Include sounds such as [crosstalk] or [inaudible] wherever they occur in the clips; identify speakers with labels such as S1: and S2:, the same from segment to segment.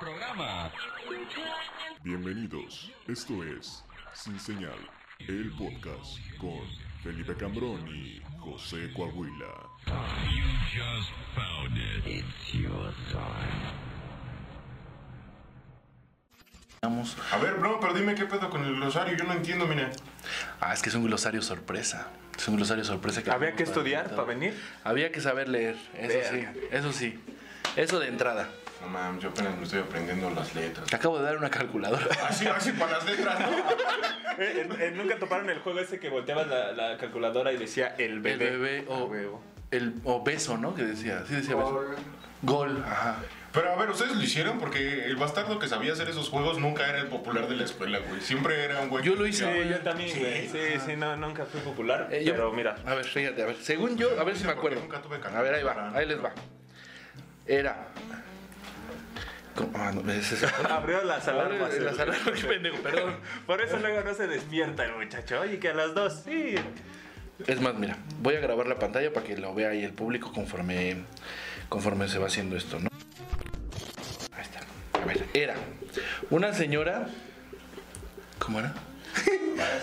S1: programa.
S2: Bienvenidos, esto es Sin Señal, el podcast con Felipe Cambrón y José Coahuila.
S1: You just found it. It's your time.
S3: Vamos.
S4: A ver, bro, pero dime qué pedo con el glosario. Yo no entiendo, mira.
S3: Ah, es que es un glosario sorpresa. Es un glosario sorpresa que
S5: Había que
S3: hacemos para
S5: estudiar
S3: invitar.
S5: para venir.
S3: Había que saber leer, eso
S4: Verga.
S3: sí, eso sí. Eso de entrada.
S4: No mames, yo apenas me estoy aprendiendo las letras.
S3: Te acabo de dar una
S5: [laughs]
S3: calculadora.
S4: Así, así para las letras, ¿no?
S5: Eh, eh, eh, Nunca toparon el juego ese que volteabas la, la calculadora y decía el bebé.
S3: El bebé o-
S5: Ah, huevo.
S3: El o beso, ¿no? Que decía, sí decía beso. Gol, Ah, ajá.
S4: Pero a ver, ¿ustedes lo hicieron? Porque el bastardo que sabía hacer esos juegos nunca era el popular de la escuela, güey. Siempre era un güey.
S3: Yo lo
S4: que
S3: hice.
S4: decía,
S5: Sí, yo también, güey. Sí, sí, no, nunca fui popular.
S3: Eh, yo-
S5: pero mira,
S3: A ver, fíjate, a ver. Según yo, a ver si me acuerdo.
S4: Nunca tuve
S3: A ver, ahí va, ahí les va. Era. ¿Cómo? Ah, no, es eso.
S5: abrió las alarmas. el-
S3: Las alarmas, qué pendejo, perdón.
S5: [laughs] Por eso luego no se despierta el muchacho. Oye, que a las dos, sí.
S3: Es más, mira, voy a grabar la pantalla para que lo vea ahí el público conforme, conforme se va haciendo esto, ¿no? Ahí está. A ver, era una señora. ¿Cómo era?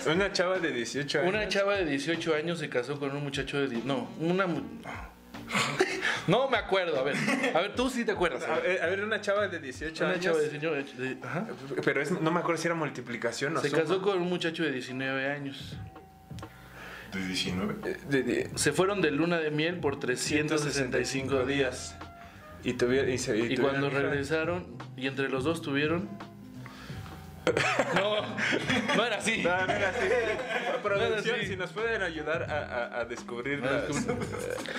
S5: Una chava de 18 años.
S3: Una chava de 18 años se casó con un muchacho de. di- No, una. mu- [laughs] No me acuerdo, a ver. A ver, tú sí te acuerdas. a
S5: A
S3: ver.
S5: ver, a ver, una chava de 18
S3: Una
S5: años.
S3: chava de 18 de- ajá.
S5: Pero es- no me acuerdo si era multiplicación o
S3: Se
S5: suma.
S3: casó con un muchacho de 19 años.
S4: De 19.
S5: Eh, de- de-
S3: Se fueron de luna de miel por 365 días.
S5: Y, tuvieron, y, se-
S3: Y
S5: y tuvieron
S3: cuando
S5: hija.
S3: regresaron, y entre los dos tuvieron. No, [laughs] no era así.
S5: No, no era
S3: [laughs]
S5: así. Producción,
S3: así.
S5: si nos pueden ayudar a, a- a descubrir
S3: A
S5: las-
S3: descubrir.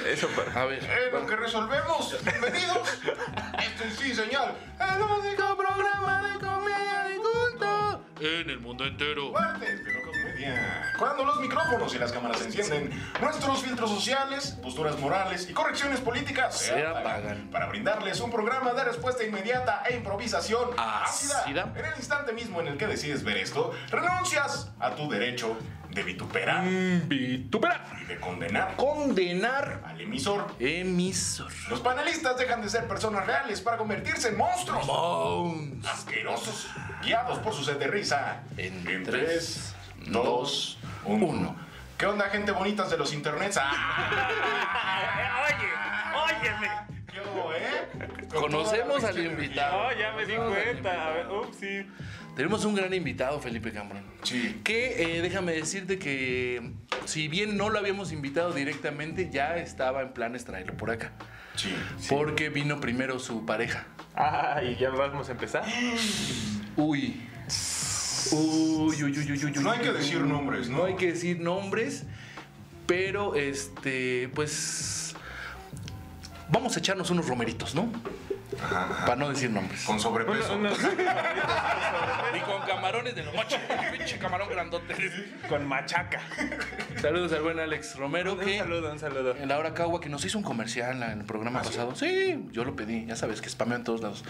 S5: eh, [laughs] eso. para-
S3: A ver,
S4: ¡Eh, lo que resolvemos! ¡Bienvenidos! Esto es sí, señal. El único programa de comedia de culto.
S3: en el mundo entero.
S4: Martes de Loca Comedia. Cuando los micrófonos y las cámaras se encienden, nuestros filtros sociales, posturas morales y correcciones políticas
S3: Se apagan.
S4: Para brindarles un programa de respuesta inmediata e improvisación
S3: Ácida.
S4: ácida. En el instante mismo en el que decides ver esto, renuncias a tu derecho de vituperar y de condenar
S3: Condenar
S4: al emisor.
S3: emisor.
S4: Los panelistas dejan de ser personas reales para convertirse en monstruos
S3: Bones.
S4: asquerosos, guiados por su sed de risa.
S3: En
S4: En
S3: tres,
S4: 3, 2, 1.
S3: uno.
S4: ¿Qué onda, gente bonitas de los internets? ¡Oye! ¡Óyeme! ¿Qué hubo, eh? Con
S3: Conocemos
S4: toda la
S3: al
S4: pinche
S3: invitado.
S5: Oh, ya me di
S3: Vamos a
S5: cuenta. A ver,
S3: terminar.
S5: ups, sí.
S3: Tenemos un gran invitado, Felipe Cambrón.
S4: Sí.
S3: Que eh, déjame decirte que, si bien no lo habíamos invitado directamente, ya estaba en planes traerlo por acá.
S4: energía. Sí. sí.
S3: Porque vino primero su pareja.
S5: Ah, y ya vamos a empezar.
S3: Uy. Uy, uy, uy, uy, uy, uy.
S4: No hay que decir nombres, ¿no?
S3: No hay que decir nombres, pero este, pues. Vamos a echarnos unos romeritos, ¿no? Para no decir nombres.
S4: Con sobrepeso.
S5: Uno- unos
S3: Y con camarones de los [laughs] mochos. Pinche camarón grandote.
S5: con machaca.
S3: Saludos al buen Alex Romero,
S5: Un
S3: que.
S5: saludo, un saludo.
S3: En la hora Cagua, que nos hizo un comercial en el
S4: ¿Ah,
S3: programa pasado. Sí, yo lo pedí. Ya sabes que spameo en todos lados.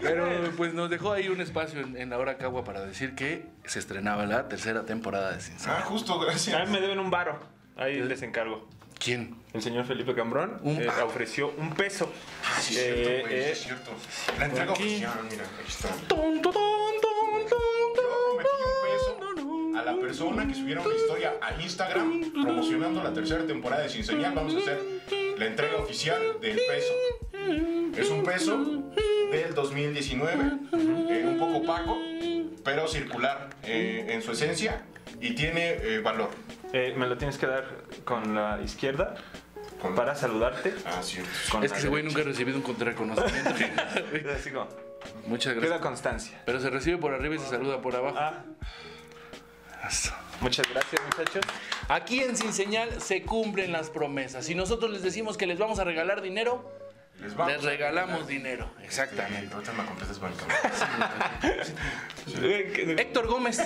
S3: Pero pues nos dejó ahí un espacio en, en la hora Cagua para decir que se estrenaba la tercera temporada de Sin Señal.
S4: Ah, justo,
S5: A mí
S4: gracias.
S5: me deben un varo. Ahí les encargo.
S3: ¿Quién?
S5: El señor Felipe Cambrón
S3: Un
S5: eh,
S3: varo.
S5: ofreció un peso.
S4: Sí, es cierto,
S5: Eh,
S4: güey, sí,
S5: eh,
S4: es cierto. La entrega
S5: aquí.
S4: oficial, mira, aquí está.
S3: Tun, tu, tun, tun, tun, tun.
S4: Yo metí un peso a la persona que subiera una historia a Instagram promocionando la tercera temporada de Sin Señal. Vamos a hacer la entrega oficial del peso. Es un peso del 2019, eh, un poco opaco, pero circular eh, en su esencia y tiene eh, valor.
S5: eh, me lo tienes que dar con la izquierda
S4: Con-
S5: para saludarte.
S4: Ah, sí.
S5: Con
S3: Es
S5: la
S3: que ese güey
S5: derecha.
S3: nunca ha recibido un contra [laughs] reconocimiento.
S5: Así como,
S3: Muchas
S5: queda
S3: gracias.
S5: constancia.
S3: Pero se recibe por arriba y se saluda por abajo.
S5: Ah, muchas gracias, muchachos.
S3: Aquí en Sin Señal se cumplen las promesas. Si nosotros les decimos que les vamos a regalar dinero,
S4: Les vamos
S3: les
S4: a-
S3: regalamos dinero.
S4: Eh,
S3: Exactamente.
S4: ahorita me completas con el cabrón.
S5: Eh,
S3: Héctor Gómez.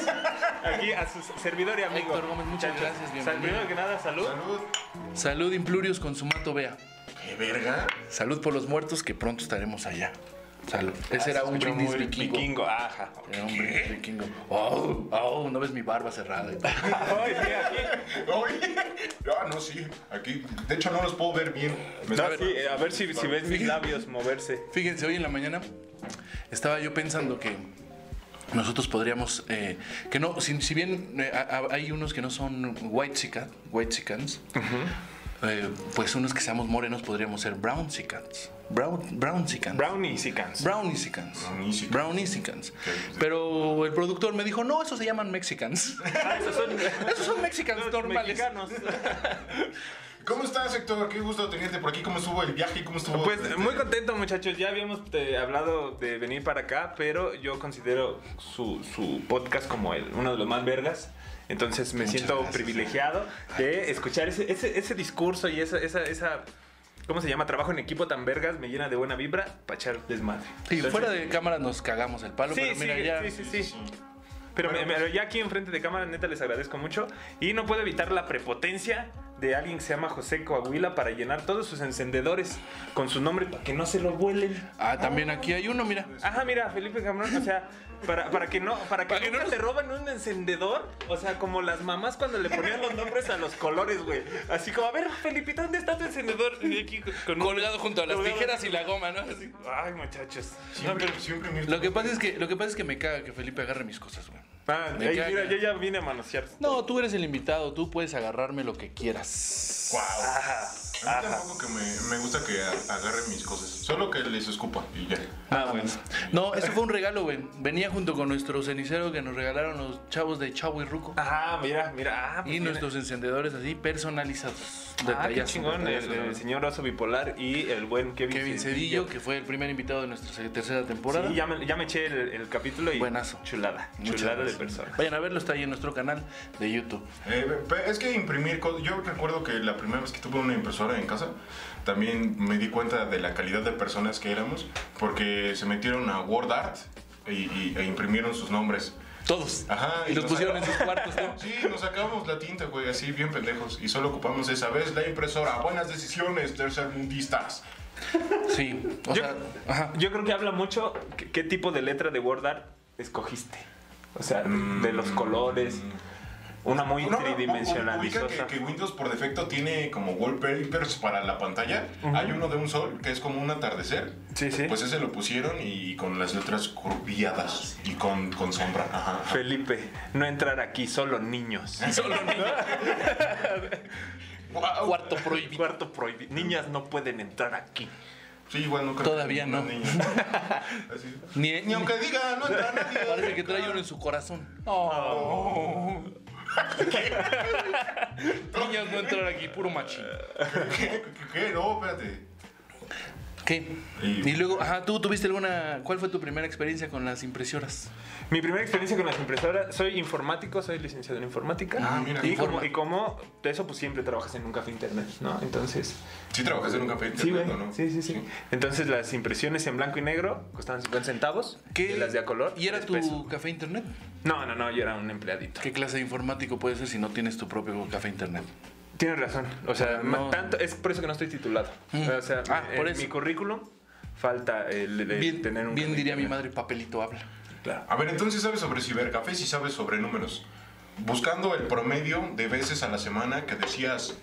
S5: Aquí a su servidor y amigo.
S3: Héctor Gómez, muchas
S5: Muchachos,
S3: gracias, bienvenido.
S5: Primero que nada, salud.
S4: Salud.
S3: Salud implurios con su mato vea.
S4: Qué verga. [laughs]
S3: Salud por los muertos que pronto estaremos allá. Sal. Ese era un brindis
S5: Muy
S3: vikingo.
S5: Ajá.
S3: Era un brindis vikingo. Oh, oh, no ves mi barba cerrada. y todo.
S5: Ay, sí, aquí.
S4: Oye, ah, no, sí, aquí, de hecho no los puedo ver bien. Me
S5: No,
S4: está-
S5: sí, eh, a ver si, si ves mis labios moverse.
S3: Fíjense, hoy en la mañana estaba yo pensando que nosotros podríamos, eh, que no, si, si bien eh, a- a- hay unos que no son white chica, white chicans, eh, pues unos que seamos morenos podríamos ser brown chicans, brown, brown chicans.
S5: Brownie y cans.
S3: Brownies y cans.
S4: Brownies y cans.
S3: Brownies y cans. Pero el productor me dijo, no, esos se llaman
S5: [laughs]
S3: Mexicans.
S5: Ah, esos son,
S3: Esos son Mexicans
S5: los
S3: normales.
S5: mexicanos.
S4: ¿Cómo estás, Héctor? Qué gusto tenerte por aquí. ¿Cómo estuvo el viaje? ¿Cómo estuvo?
S5: Pues muy contento muchachos, ya habíamos eh, hablado de venir para acá, pero yo considero su, su podcast como el, uno de los más vergas. Entonces me siento
S3: gracias. eh. pues.
S5: privilegiado de escuchar ese, ese, ese discurso y esa, esa, esa, ¿cómo se llama? Trabajo en equipo tan vergas, me llena de buena vibra para echar desmadre.
S3: Y
S5: Entonces-
S3: fuera de cámara nos cagamos el palo,
S5: Sí,
S3: pero mira
S5: sí,
S3: ya. pues-
S5: sí, sí, sí. Pero, me- me- ya aquí enfrente de cámara, neta, les agradezco mucho. Y no puedo evitar la prepotencia de alguien que se llama José Coahuila para llenar todos sus encendedores con su nombre para que no se lo vuelen.
S3: Ah, también aquí hay uno, mira.
S5: Ajá, mira, Felipe Cambrón, o sea, para, para que no, para que,
S3: Para que no
S5: nunca
S3: nos-
S5: te roben un encendedor, o sea, como las mamás cuando le ponían los nombres a los colores, güey. Así como, a ver, Felipita, ¿dónde está tu encendedor? Y aquí con un-
S3: Colgado junto a las
S5: colgado.
S3: tijeras y la goma, ¿no? Así.
S5: Ay, muchachos.
S4: Siempre, siempre me-
S3: Lo que pasa es que lo que pasa es que me caga que Felipe agarre mis cosas, güey.
S5: Ah,
S3: Me
S5: ahí,
S3: caga.
S5: mira, yo ya vine a manosear.
S3: No, tú eres el invitado, tú puedes agarrarme lo que quieras.
S4: Wow. A mí tampoco que me, me gusta que a- agarren mis cosas. Solo que les escupa y ya.
S5: Ah, bueno.
S3: No, eso fue un regalo, güey. Venía junto con nuestro cenicero que nos regalaron los chavos de Chavo y Ruco.
S5: Ajá, mira, mira. Ah, pues
S3: y
S5: mira.
S3: nuestros encendedores así personalizados.
S5: Ah, qué
S3: Detallazo,
S5: chingón, el,
S3: detallazo,
S5: el
S3: ¿no?
S5: señor oso bipolar y el buen Kevin,
S3: Kevin Cedillo, que fue el primer invitado de nuestra se- tercera temporada.
S5: Sí, ya me, ya me eché el, el capítulo y.
S3: Buenazo.
S5: Chulada.
S3: Muchas
S5: chulada de
S3: gracias.
S5: persona.
S3: Vayan a verlo, está ahí en nuestro canal de YouTube.
S4: Eh, pe- es que imprimir cosas. Yo recuerdo que la primera vez que tuve una impresora en casa, también me di cuenta de la calidad de personas que éramos, porque se metieron a Word Art y, y- e imprimieron sus nombres.
S3: Todos.
S4: Ajá,
S3: y
S4: y
S3: los
S4: nos
S3: pusieron en sus
S4: sacamos.
S3: cuartos, ¿no?
S4: Sí, nos sacamos la tinta, güey, así bien pendejos. Y solo ocupamos esa vez la impresora. Buenas decisiones, tercermundistas.
S3: Sí. O
S5: Yo-
S3: sea, ajá.
S5: Yo creo que habla mucho qué, qué tipo de letra de Word Art escogiste. O sea, de los
S3: Mm.
S5: colores. Una muy
S4: No, no,
S5: tridimensional.
S4: ubica que, que Windows por defecto tiene como wallpapers para la pantalla. Hay uno de un sol que es como un atardecer.
S5: Sí, sí.
S4: Pues ese lo pusieron y con las letras curviadas y con, con sombra. Ajá, ajá.
S5: Felipe, no entrar aquí, solo niños. [laughs]
S3: Solo niños.
S4: Guau.
S3: Cuarto prohibido.
S5: Cuarto prohibido. Niñas no pueden entrar aquí.
S4: Sí, igual no creo
S3: Todavía
S4: que-
S3: no. [laughs]
S4: niña. Así.
S3: Ni-
S4: Ni aunque diga, no
S3: [laughs]
S4: entra nadie.
S3: Parece que trae uno en su corazón. Niños no entrar aquí, puro machín.
S4: [laughs] ¿Qué? ¿Qué? No, espérate.
S3: ¿Qué?
S4: Y-
S3: Y luego, ajá, tú tuviste alguna. ¿Cuál fue tu primera experiencia con las impresoras?
S5: Mi primera experiencia con las impresoras, soy informático, soy licenciado en informática.
S4: Ah, mira.
S5: y,
S3: Informa-
S5: como, y como de eso, pues siempre trabajas en un café internet, ¿no? Entonces,
S4: Sí trabajas en un café
S5: sí, güey.
S4: internet, ¿o ¿no?
S5: Sí, sí, sí. Entonces, las impresiones en blanco y negro costaban 50 centavos.
S3: ¿Qué?
S5: Y las de a color.
S3: ¿Y era
S5: tres
S3: tu
S5: pesos.
S3: café internet?
S5: No, no, no, yo era un empleadito.
S3: ¿Qué clase de informático puede ser si no tienes tu propio café internet?
S5: Tienes razón. O sea,
S3: Ah, No.
S5: ma- tanto, es por eso que no estoy titulado.
S3: Mm.
S5: O sea,
S3: Ah,
S5: en
S3: por eso.
S5: mi currículum falta el, el
S3: Bien,
S5: tener un.
S3: bien
S5: café
S3: diría mi
S5: internet.
S3: madre, papelito habla.
S5: Claro.
S4: A ver, entonces sabes sobre cibercafés y sabes sobre números. Buscando el promedio de veces a la semana que decías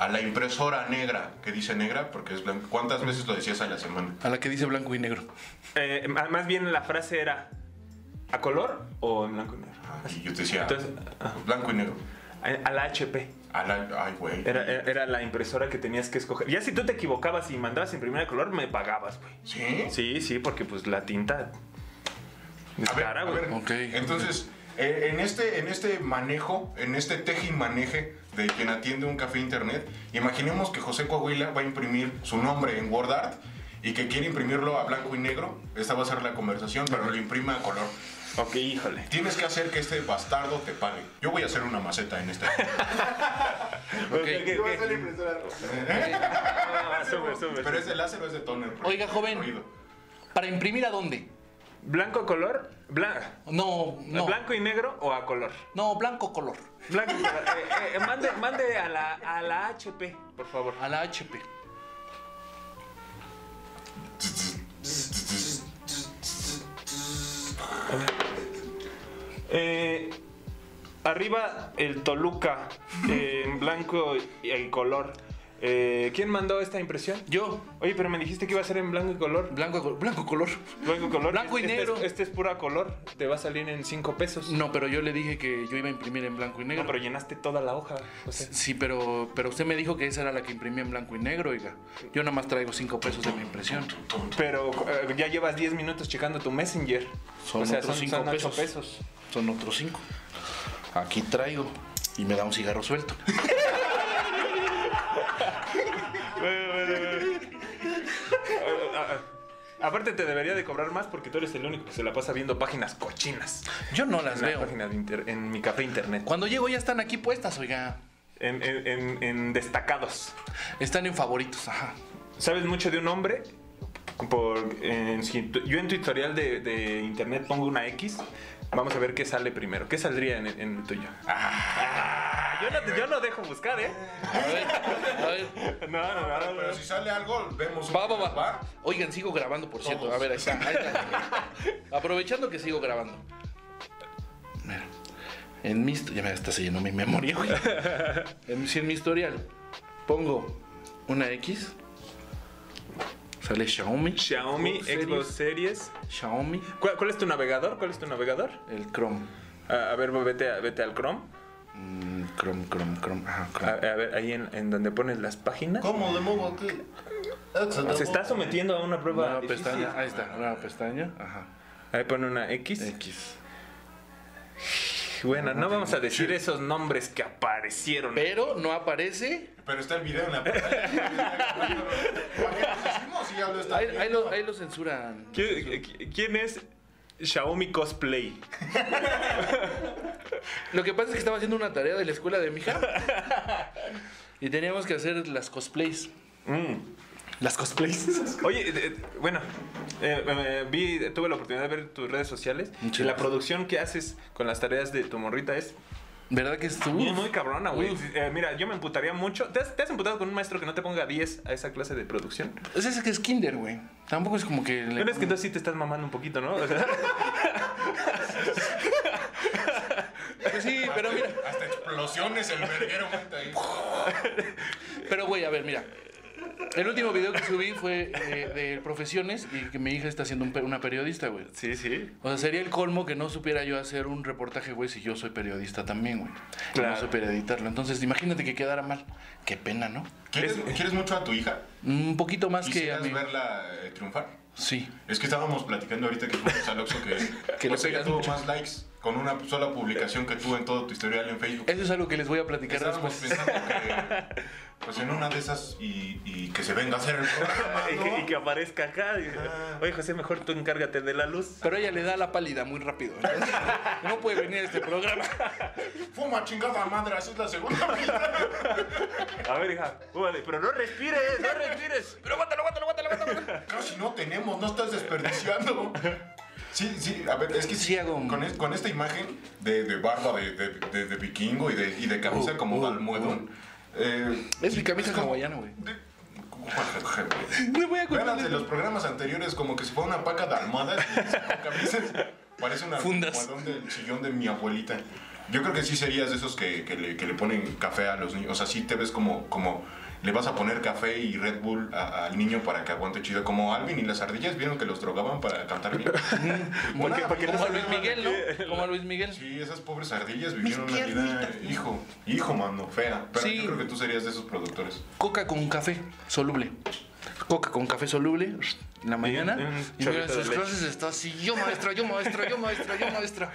S4: a la impresora negra, que dice negra porque es blanca, ¿cuántas veces lo decías a la semana?
S3: A la que dice blanco y negro.
S5: Eh, ma- más bien la frase era: ¿a color o en blanco y negro?
S4: Y yo te decía,
S5: Entonces, ah.
S4: blanco y negro.
S5: A- a la HP.
S4: A la, ay, güey.
S5: Era, era- era la impresora que tenías que escoger. Ya si tú te equivocabas y mandabas imprimir a color, me pagabas, güey.
S4: ¿Sí?
S5: Sí, sí, porque pues la tinta es
S4: A ver,
S5: cara,
S4: a
S5: güey.
S4: ver.
S3: Ok.
S4: Entonces, eh, en, este, en este manejo, en este teje y maneje de quien atiende un café internet, imaginemos que José Coahuila va a imprimir su nombre en Word Art y que quiere imprimirlo a blanco y negro. Esta va a ser la conversación, pero lo imprima a color.
S5: Ok, híjole.
S4: Tienes que hacer que este bastardo te pague. Yo voy a hacer una maceta en este.
S5: Ok, ok. Ah, sube, sube,
S4: pero
S5: sube.
S4: es de láser o es de toner.
S3: Oiga, joven.
S4: Ruido.
S3: ¿Para imprimir a dónde?
S5: ¿Blanco color? Blan-
S3: No, no.
S5: ¿Blanco y negro o a color?
S3: No, blanco color.
S5: Blanco
S4: [laughs]
S5: y color. Eh, eh, eh, mande mande a, la, a la HP, por favor.
S3: A la HP.
S5: Eh, Arriba el Toluca, eh, en blanco y el color. Eh, ¿Quién mandó esta impresión?
S3: Yo,
S5: Oye, pero me dijiste que iba a ser en blanco y color.
S3: blanco, blanco color.
S5: Blanco y color.
S3: Blanco y
S5: Este es-
S3: negro.
S5: Este, es pura color. Te va a salir en 5 pesos.
S3: No, pero yo le dije que yo iba a imprimir en blanco y negro.
S5: No, pero llenaste toda la hoja. O sea,
S3: Sí, pero, pero usted me dijo que esa era la que imprimía en blanco y negro, oiga. Yo nada más traigo cinco pesos de mi impresión.
S5: pero eh, ya llevas 10 minutos checando tu Messenger.
S3: Son
S5: o sea,
S3: otros
S5: son,
S3: cinco
S5: son ocho
S3: pesos.
S5: pesos.
S3: Son otros cinco. Aquí traigo. Y me da un cigarro suelto.
S5: Ah, ah. Aparte te debería de cobrar más porque tú eres el único que se la pasa viendo páginas cochinas.
S3: Yo no las
S5: en la
S3: veo.
S5: página de inter- en mi café internet.
S3: Cuando llego ya están aquí puestas, oiga.
S5: En, en- en- en destacados.
S3: Están en favoritos, ajá.
S5: ¿Sabes mucho de un hombre? Por, en si- yo en tu tutorial de, de internet pongo una X. Vamos a ver qué sale primero. ¿Qué saldría en, en el tuyo? Ah, yo, no, te- yo no dejo buscar, ¿eh?
S3: A ver, a ver.
S5: No, no, no. no,
S4: Pero si sale algo, vemos. un-
S3: Va, va, va. Oigan, sigo grabando, por cierto. A ver, ahí está. ahí
S5: [laughs]
S3: está. Aprovechando que sigo grabando. Mira. En mi... histo- Ya me está se llenó mi memoria,
S5: [laughs]
S3: güey. En, si en mi historial pongo una X, sale Xiaomi.
S5: Xiaomi,
S3: Series,
S5: Xbox Series.
S3: Xiaomi,
S5: ¿Cuál, cuál es tu navegador? ¿Cuál es tu navegador?
S3: el Chrome.
S5: Ah, a ver, vete, a- vete al Chrome.
S3: Mm, Chrome, Chrome, Chrome. Ajá,
S5: A,
S3: Chrome.
S5: a ver, ahí en, en donde pones las páginas.
S4: ¿Cómo le muevo aquí?
S5: Se está sometiendo a una prueba
S3: Nueva
S5: difícil.
S3: pestaña. Ahí pues, está, nueva pestaña. Ajá.
S5: Ahí pone una X.
S3: X.
S5: Bueno, no vamos a decir esos nombres que aparecieron.
S3: Pero no aparece.
S4: Pero está el video en la pantalla. ¿Para qué nos decimos si ya lo está
S3: Ahí,
S4: viendo?
S3: ahí lo, ahí lo censuran.
S5: ¿Qui- qui- ¿Quién es Xiaomi Cosplay?
S3: Lo que pasa es que estaba haciendo una tarea de la escuela de mi
S5: [laughs]
S3: hija. Y teníamos que hacer las cosplays. Las cosplays.
S5: Mm. Oye, eh, eh, bueno, eh, eh, vi, tuve la oportunidad de ver tus redes sociales.
S3: Muchas
S5: y la
S3: gracias.
S5: producción que haces con las tareas de tu morrita es
S3: ¿Verdad que estuvo?
S5: muy, muy cabrona, güey.
S3: Uf.
S5: Eh, mira, yo me emputaría mucho. ¿Te has, te has emputado con un maestro que no te ponga 10 a esa clase de producción?
S3: Es ese que es kinder, güey. Tampoco es como que... le-
S5: Pero es que entonces sí te estás mamando un poquito, ¿no? [laughs] O sea,
S3: Pues sí, pero mira...
S4: Hasta explosiones el verguero. cuenta ahí.
S3: Pero, güey, a ver, mira. El último video que subí fue eh, de profesiones y que mi hija está siendo un pe- una periodista, güey.
S5: sí, sí.
S3: O sea, sería el colmo que no supiera yo hacer un reportaje, güey, si yo soy periodista también, güey. Y
S5: Claro.
S3: No supiera editarlo. Entonces, imagínate que quedara mal. Qué pena, ¿no?
S4: ¿Quieres, quieres mucho a tu hija?
S3: Un poquito más que a
S4: ¿Quisieras
S3: mí.
S4: verla eh, triunfar?
S3: Sí.
S4: Es que estábamos platicando ahorita que fuimos al Oxxo que,
S3: [laughs] Que le
S4: o sea, ella
S3: pegas
S4: tuvo
S3: mucho.
S4: más likes con una sola publicación que tuvo en todo tu historial en Facebook.
S3: Eso es algo que les voy a platicar
S4: Estábamos
S3: después.
S4: pensando que pues en una de esas y, y que se venga a
S3: [laughs]
S4: hacer el programa,
S5: Y
S4: Ah, ¿no?
S5: que, y que aparezca acá. y- Oye, José, mejor tú encárgate de la luz.
S3: Pero ella le da la pálida muy rápido. entonces, [laughs] no puede venir a este programa.
S4: Fuma chingada madre, así es la segunda [laughs] vida.
S5: A ver, hija, órale, pero no respires, no respires.
S3: Pero aguántalo, aguántalo, aguántalo, aguántalo.
S4: Casi no tenemos, no estás desperdiciando. Sí, sí, a ver, es que
S3: Sí hago un-
S4: con, es- con esta imagen de, de barba de, de- de- de vikingo y de, y de camisa
S3: Uh,
S4: como
S3: uh,
S4: almohadón.
S3: oh.
S4: eh,
S3: Es mi camisa
S4: como-
S3: hawaiana, güey.
S4: de- ¿Cómo?
S3: No voy a
S4: Vean de
S3: contarles.
S4: los programas anteriores como que si fuera una paca de almohadas y camisas. Parece una
S3: Fundas.
S4: almohadón del sillón de mi abuelita. Yo creo que sí serías de esos que, que le, que le ponen café a los niños. O sea, sí te ves como, como le vas a poner café y Red Bull a- al niño para que aguante chido. Como Alvin y las ardillas vieron que los drogaban para cantar
S3: [laughs]
S4: bien.
S3: Como-
S4: Nada,
S3: Como a
S4: nada,
S3: Luis
S4: nada.
S3: Miguel, ¿no? Como a Luis Miguel.
S4: Sí, esas pobres ardillas vivieron una vida, hijo, hijo, mano, fea. Pero
S3: Sí.
S4: yo creo que tú serías de esos productores.
S3: Coca con café soluble. Coca con café soluble en la mañana.
S5: un
S3: Y
S5: chorrito
S3: mira,
S5: de
S3: sus
S5: leche.
S3: clases está así. Yo maestra, yo maestra, yo maestra, yo maestra.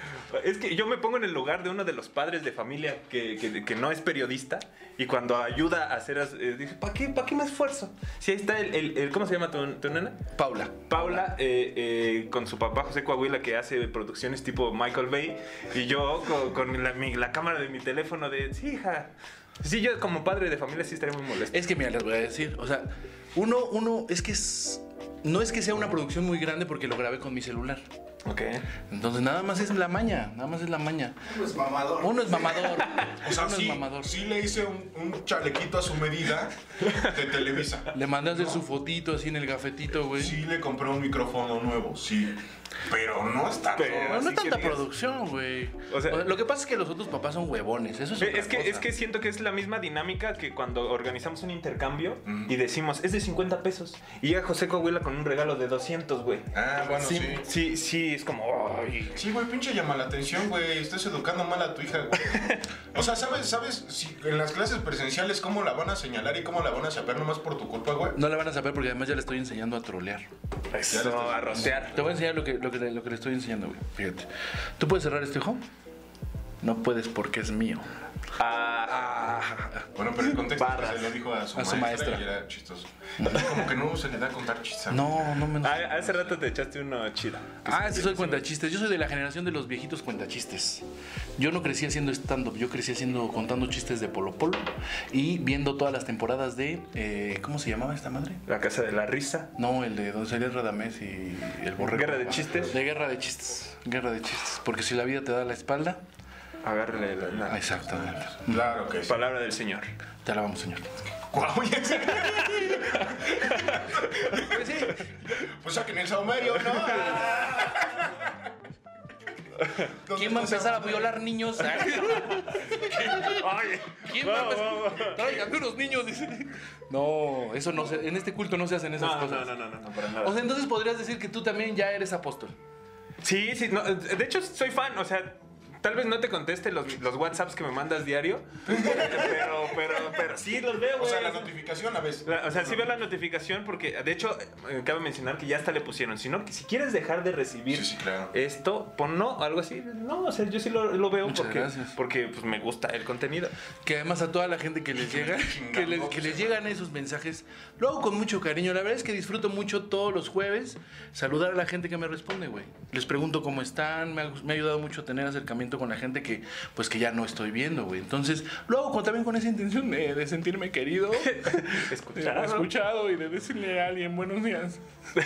S5: Es que yo me pongo en el lugar de uno de los padres de familia que, que- que no es periodista y cuando ayuda a hacer. as- eh, dije, ¿para qué, pa' qué me esfuerzo? Si ahí está el. el- el- ¿Cómo se llama tu, tu nena?
S3: Paula.
S5: Paula, eh, eh, con su papá José Coahuila, que hace producciones tipo Michael Bay, y yo co- con, la, mi- la cámara de mi teléfono de. Sí, hija. Sí, yo como padre de familia sí estaría muy molesto.
S3: Es que mira, les voy a decir, o sea, uno, uno, es que es, no es que sea una producción muy grande porque lo grabé con mi celular.
S5: Ok.
S3: Entonces nada más es la maña, nada más es la maña. Uno es
S5: [laughs]
S3: mamador.
S4: O sea,
S3: uno
S4: sí,
S3: es mamador.
S4: sí le hice un, un chalequito a su medida de Televisa.
S3: Le mandas de su fotito así en el gafetito, güey.
S4: Sí le compré un micrófono nuevo, sí. Pero no está
S5: Pero-
S3: No,
S5: Así
S3: no
S5: que
S3: tanta
S5: digas.
S3: producción, güey.
S5: O
S3: O
S5: sea-
S3: sea, lo que pasa es que los otros papás son huevones. Eso es,
S5: Eh,
S3: otra
S5: Es que,
S3: cosa.
S5: es que siento que es la misma dinámica que cuando organizamos un intercambio y decimos, es de 50 pesos. Y llega José Coahuila con un regalo de 200, güey.
S4: Ah, bueno, sí.
S5: sí, sí, sí, es como, "Ay".
S4: Sí, güey, pinche llama la atención, güey. Estás educando mal a tu hija, güey. O sea, ¿sabes, sabes si en las clases presenciales cómo la van a señalar y cómo la van a saber nomás por tu culpa, güey?
S3: No la van a saber porque además ya le estoy enseñando a trolear.
S5: Eso,
S4: estás-
S5: a rotear.
S3: Te voy a enseñar lo que, lo que, le- lo que le estoy enseñando, güey. Fíjate. ¿Tú puedes cerrar este ojo? No puedes porque es mío.
S5: Ah,
S4: Bueno, pero el contexto es que
S5: Barras.
S4: se lo dijo a su,
S3: A su
S4: maestra,
S3: maestra.
S4: y era chistoso. Como que no se le da a contar chistes. a-
S3: No, no me.
S5: ah, hace rato te echaste uno chido.
S3: Ah, sí, soy cuentachistes. Yo soy de la generación de los viejitos cuentachistes. Yo no crecí haciendo stand-up, yo crecí haciendo, contando chistes de Polo Polo y viendo todas las temporadas de. eh, ¿Cómo se llamaba esta madre?
S5: La casa de la risa.
S3: No, el de Don Celia Radamés y el borrego.
S5: ¿Guerra de chistes?
S3: De guerra de chistes. Guerra de chistes. Porque si la vida te da la espalda.
S5: Agárrale la, la-
S3: Ah, Exactamente.
S4: Claro que sí.
S5: palabra del señor.
S3: Te la vamos, señor.
S4: Guau, ya sé. Pues saquen el saumerio,
S3: [laughs]
S4: ¿no? ¿Dónde
S3: ¿Quién va a
S4: está
S3: empezar a
S4: Saumerio?
S3: violar niños? [laughs]
S5: Ay,
S3: ¿Quién va a
S5: Wow, wow, wow.
S3: empezar? Tráiganme unos niños, dice. No, eso no se, en este culto no se hacen esas
S5: [laughs] No, no,
S3: cosas.
S5: no, no, no, no, para
S3: O
S5: nada.
S3: sea, entonces podrías decir que tú también ya eres apóstol.
S5: Sí, sí, no, de hecho soy fan, o sea, tal vez no te conteste los, los WhatsApps que me mandas diario, [laughs] pero, pero, pero sí los veo,
S4: O
S5: güey.
S4: sea, la notificación a veces.
S5: La- O sea, sí veo la notificación porque, de hecho, eh, cabe mencionar que ya hasta le pusieron, si no, que si quieres dejar de recibir
S4: Sí, sí, claro.
S5: esto, pon no, o algo así. No, o sea, yo sí lo, lo veo
S3: Muchas
S5: porque,
S3: gracias.
S5: porque pues, me gusta el contenido.
S3: Que además a toda la gente que les llega, que les, que les llegan esos mensajes, lo hago con mucho cariño. La verdad es que disfruto mucho todos los jueves saludar a la gente que me responde, güey. Les pregunto cómo están, me ha, me ha ayudado mucho tener acercamiento con la gente que, pues, que ya no estoy viendo, güey. Entonces, lo hago con- también con esa intención de, de sentirme querido, [laughs]
S5: Escuchar.
S3: escuchado y de decirle a alguien buenos días.
S5: [laughs]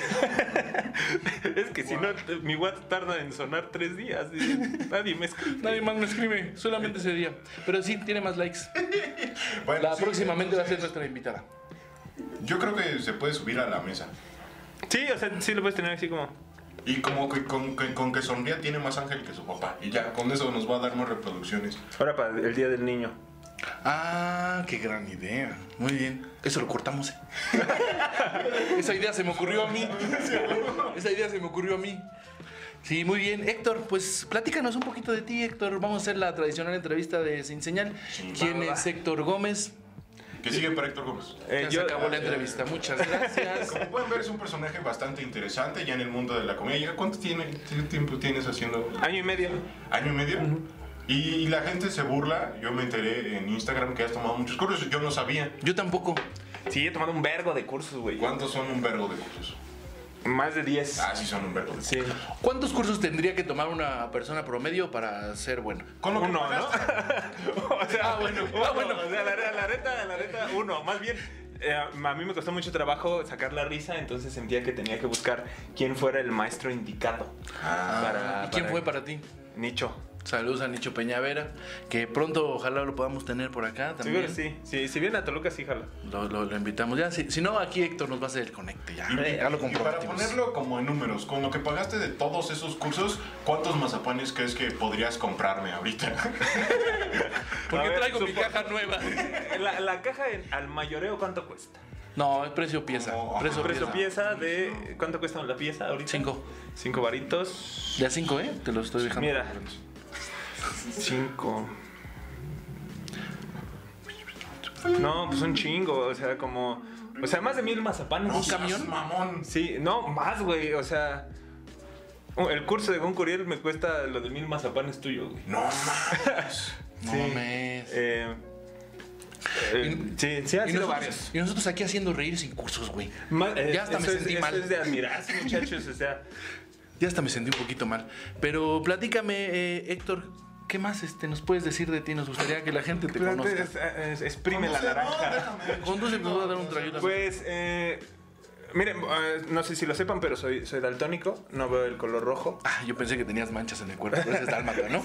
S5: Es que si no, te- mi WhatsApp tarda en sonar tres días. y nadie me escribe.
S3: Nadie más me escribe, solamente ese día. Pero sí, tiene más likes.
S4: Bueno,
S3: La
S4: sí, eh,
S3: próximamente va a ser nuestra invitada.
S4: Yo creo que se puede subir a la mesa.
S5: Sí, o sea, sí lo puedes tener así como.
S4: Y como que con, que- con que sonría tiene más ángel que su papá. Y ya, con eso nos va a dar más reproducciones.
S5: Ahora para el día del niño.
S3: Ah, qué gran idea. Muy bien. Eso lo cortamos. ¿eh? [laughs] Esa idea se me ocurrió a mí. Esa idea se me ocurrió a mí. Sí, muy bien. Héctor, pues platícanos un poquito de ti, Héctor. Vamos a hacer la tradicional entrevista de Sin Señal. ¿Quién
S5: va, va.
S3: es Héctor Gómez?
S4: Que sigue para Héctor Gómez.
S5: Eh,
S3: ya
S5: yo-
S3: se acabó la entrevista. Muchas
S5: [laughs]
S3: gracias.
S4: Como pueden ver, es un personaje bastante interesante ya en el mundo de la comedia. ¿Ya ¿Cuánto tiene, ti- tiempo tienes haciendo?
S5: Año y medio.
S4: ¿Año y medio? Y la gente se burla. Yo me enteré en Instagram que has tomado muchos cursos. Yo no sabía.
S3: Yo tampoco.
S5: Sí, he tomado un vergo de cursos, güey.
S4: ¿Cuántos son un verbo de cursos?
S5: Más de 10.
S4: Ah, sí, son un verbo de cursos.
S5: Sí.
S3: ¿Cuántos cursos tendría que tomar una persona promedio para ser bueno?
S4: Con lo que
S5: Uno, ¿no?
S4: pagaste.
S5: [laughs] o sea,
S3: Ah, bueno,
S5: uno,
S3: ah, bueno.
S5: O sea, la, re- la reta, la reta, uno. Más bien, eh, a mí me costó mucho trabajo sacar la risa, entonces sentía que tenía que buscar quién fuera el maestro indicado. para-
S3: Ah. ¿Y quién
S5: Ah, para-
S3: fue para ti?
S5: Nicho.
S3: Saludos a Nicho Peñavera, que pronto ojalá lo podamos tener por acá también.
S5: Seguro sí. sí. Si viene a Toluca, sí, jala.
S3: Lo, lo- lo invitamos. Ya, si, si no, aquí Héctor nos va a hacer el conecte. Ya, ya lo
S4: Y para
S3: comprometimos.
S4: ponerlo como en números, con lo que pagaste de todos esos cursos, ¿cuántos mazapanes crees que podrías comprarme ahorita?
S5: A
S3: [laughs] Porque
S5: ver,
S3: traigo mi
S5: supongo-
S3: caja nueva.
S5: [laughs] La, la caja en- al mayoreo, ¿cuánto cuesta?
S3: [laughs] No, es precio pieza.
S4: No,
S3: precio
S5: Precio
S3: pieza.
S5: pieza de. ¿Cuánto cuesta la pieza ahorita?
S3: Cinco.
S5: Cinco varitos.
S3: De a cinco, ¿eh? Te lo estoy dejando.
S5: Mira. Cinco. No, pues un chingo. O sea, como. O sea, más de mil mazapanes.
S4: No seas Mamón.
S5: Sí, no, más, güey. O sea. El curso de Goncuriel me cuesta lo de mil mazapanes tuyo, güey.
S4: No mames.
S3: No
S5: Sí.
S3: mames.
S5: Eh, eh, sí, sí, han
S3: Y
S5: sido
S3: nosotros-
S5: varios.
S3: y nosotros aquí haciendo reír sin cursos, güey.
S5: Ma- eh,
S3: Ya hasta me
S5: eso es-
S3: sentí
S5: eso
S3: mal.
S5: es de admirarse, muchachos. O sea,
S3: Ya hasta me sentí un poquito mal. Pero platícame, eh, Héctor, ¿qué más este, nos puedes decir de ti? Nos gustaría que la gente te
S5: plante-
S3: conozca.
S5: es- eh, es- exprime
S4: No
S5: la
S4: sé, no,
S5: naranja.
S4: déjame.
S3: Conduce, nos va a dar un trayudo.
S5: Pues, eh, miren, eh, no sé si lo sepan, pero soy, soy daltónico. No veo el color rojo.
S3: Ah, yo pensé que tenías manchas en el cuerpo, pero ese es dálmata, ¿no?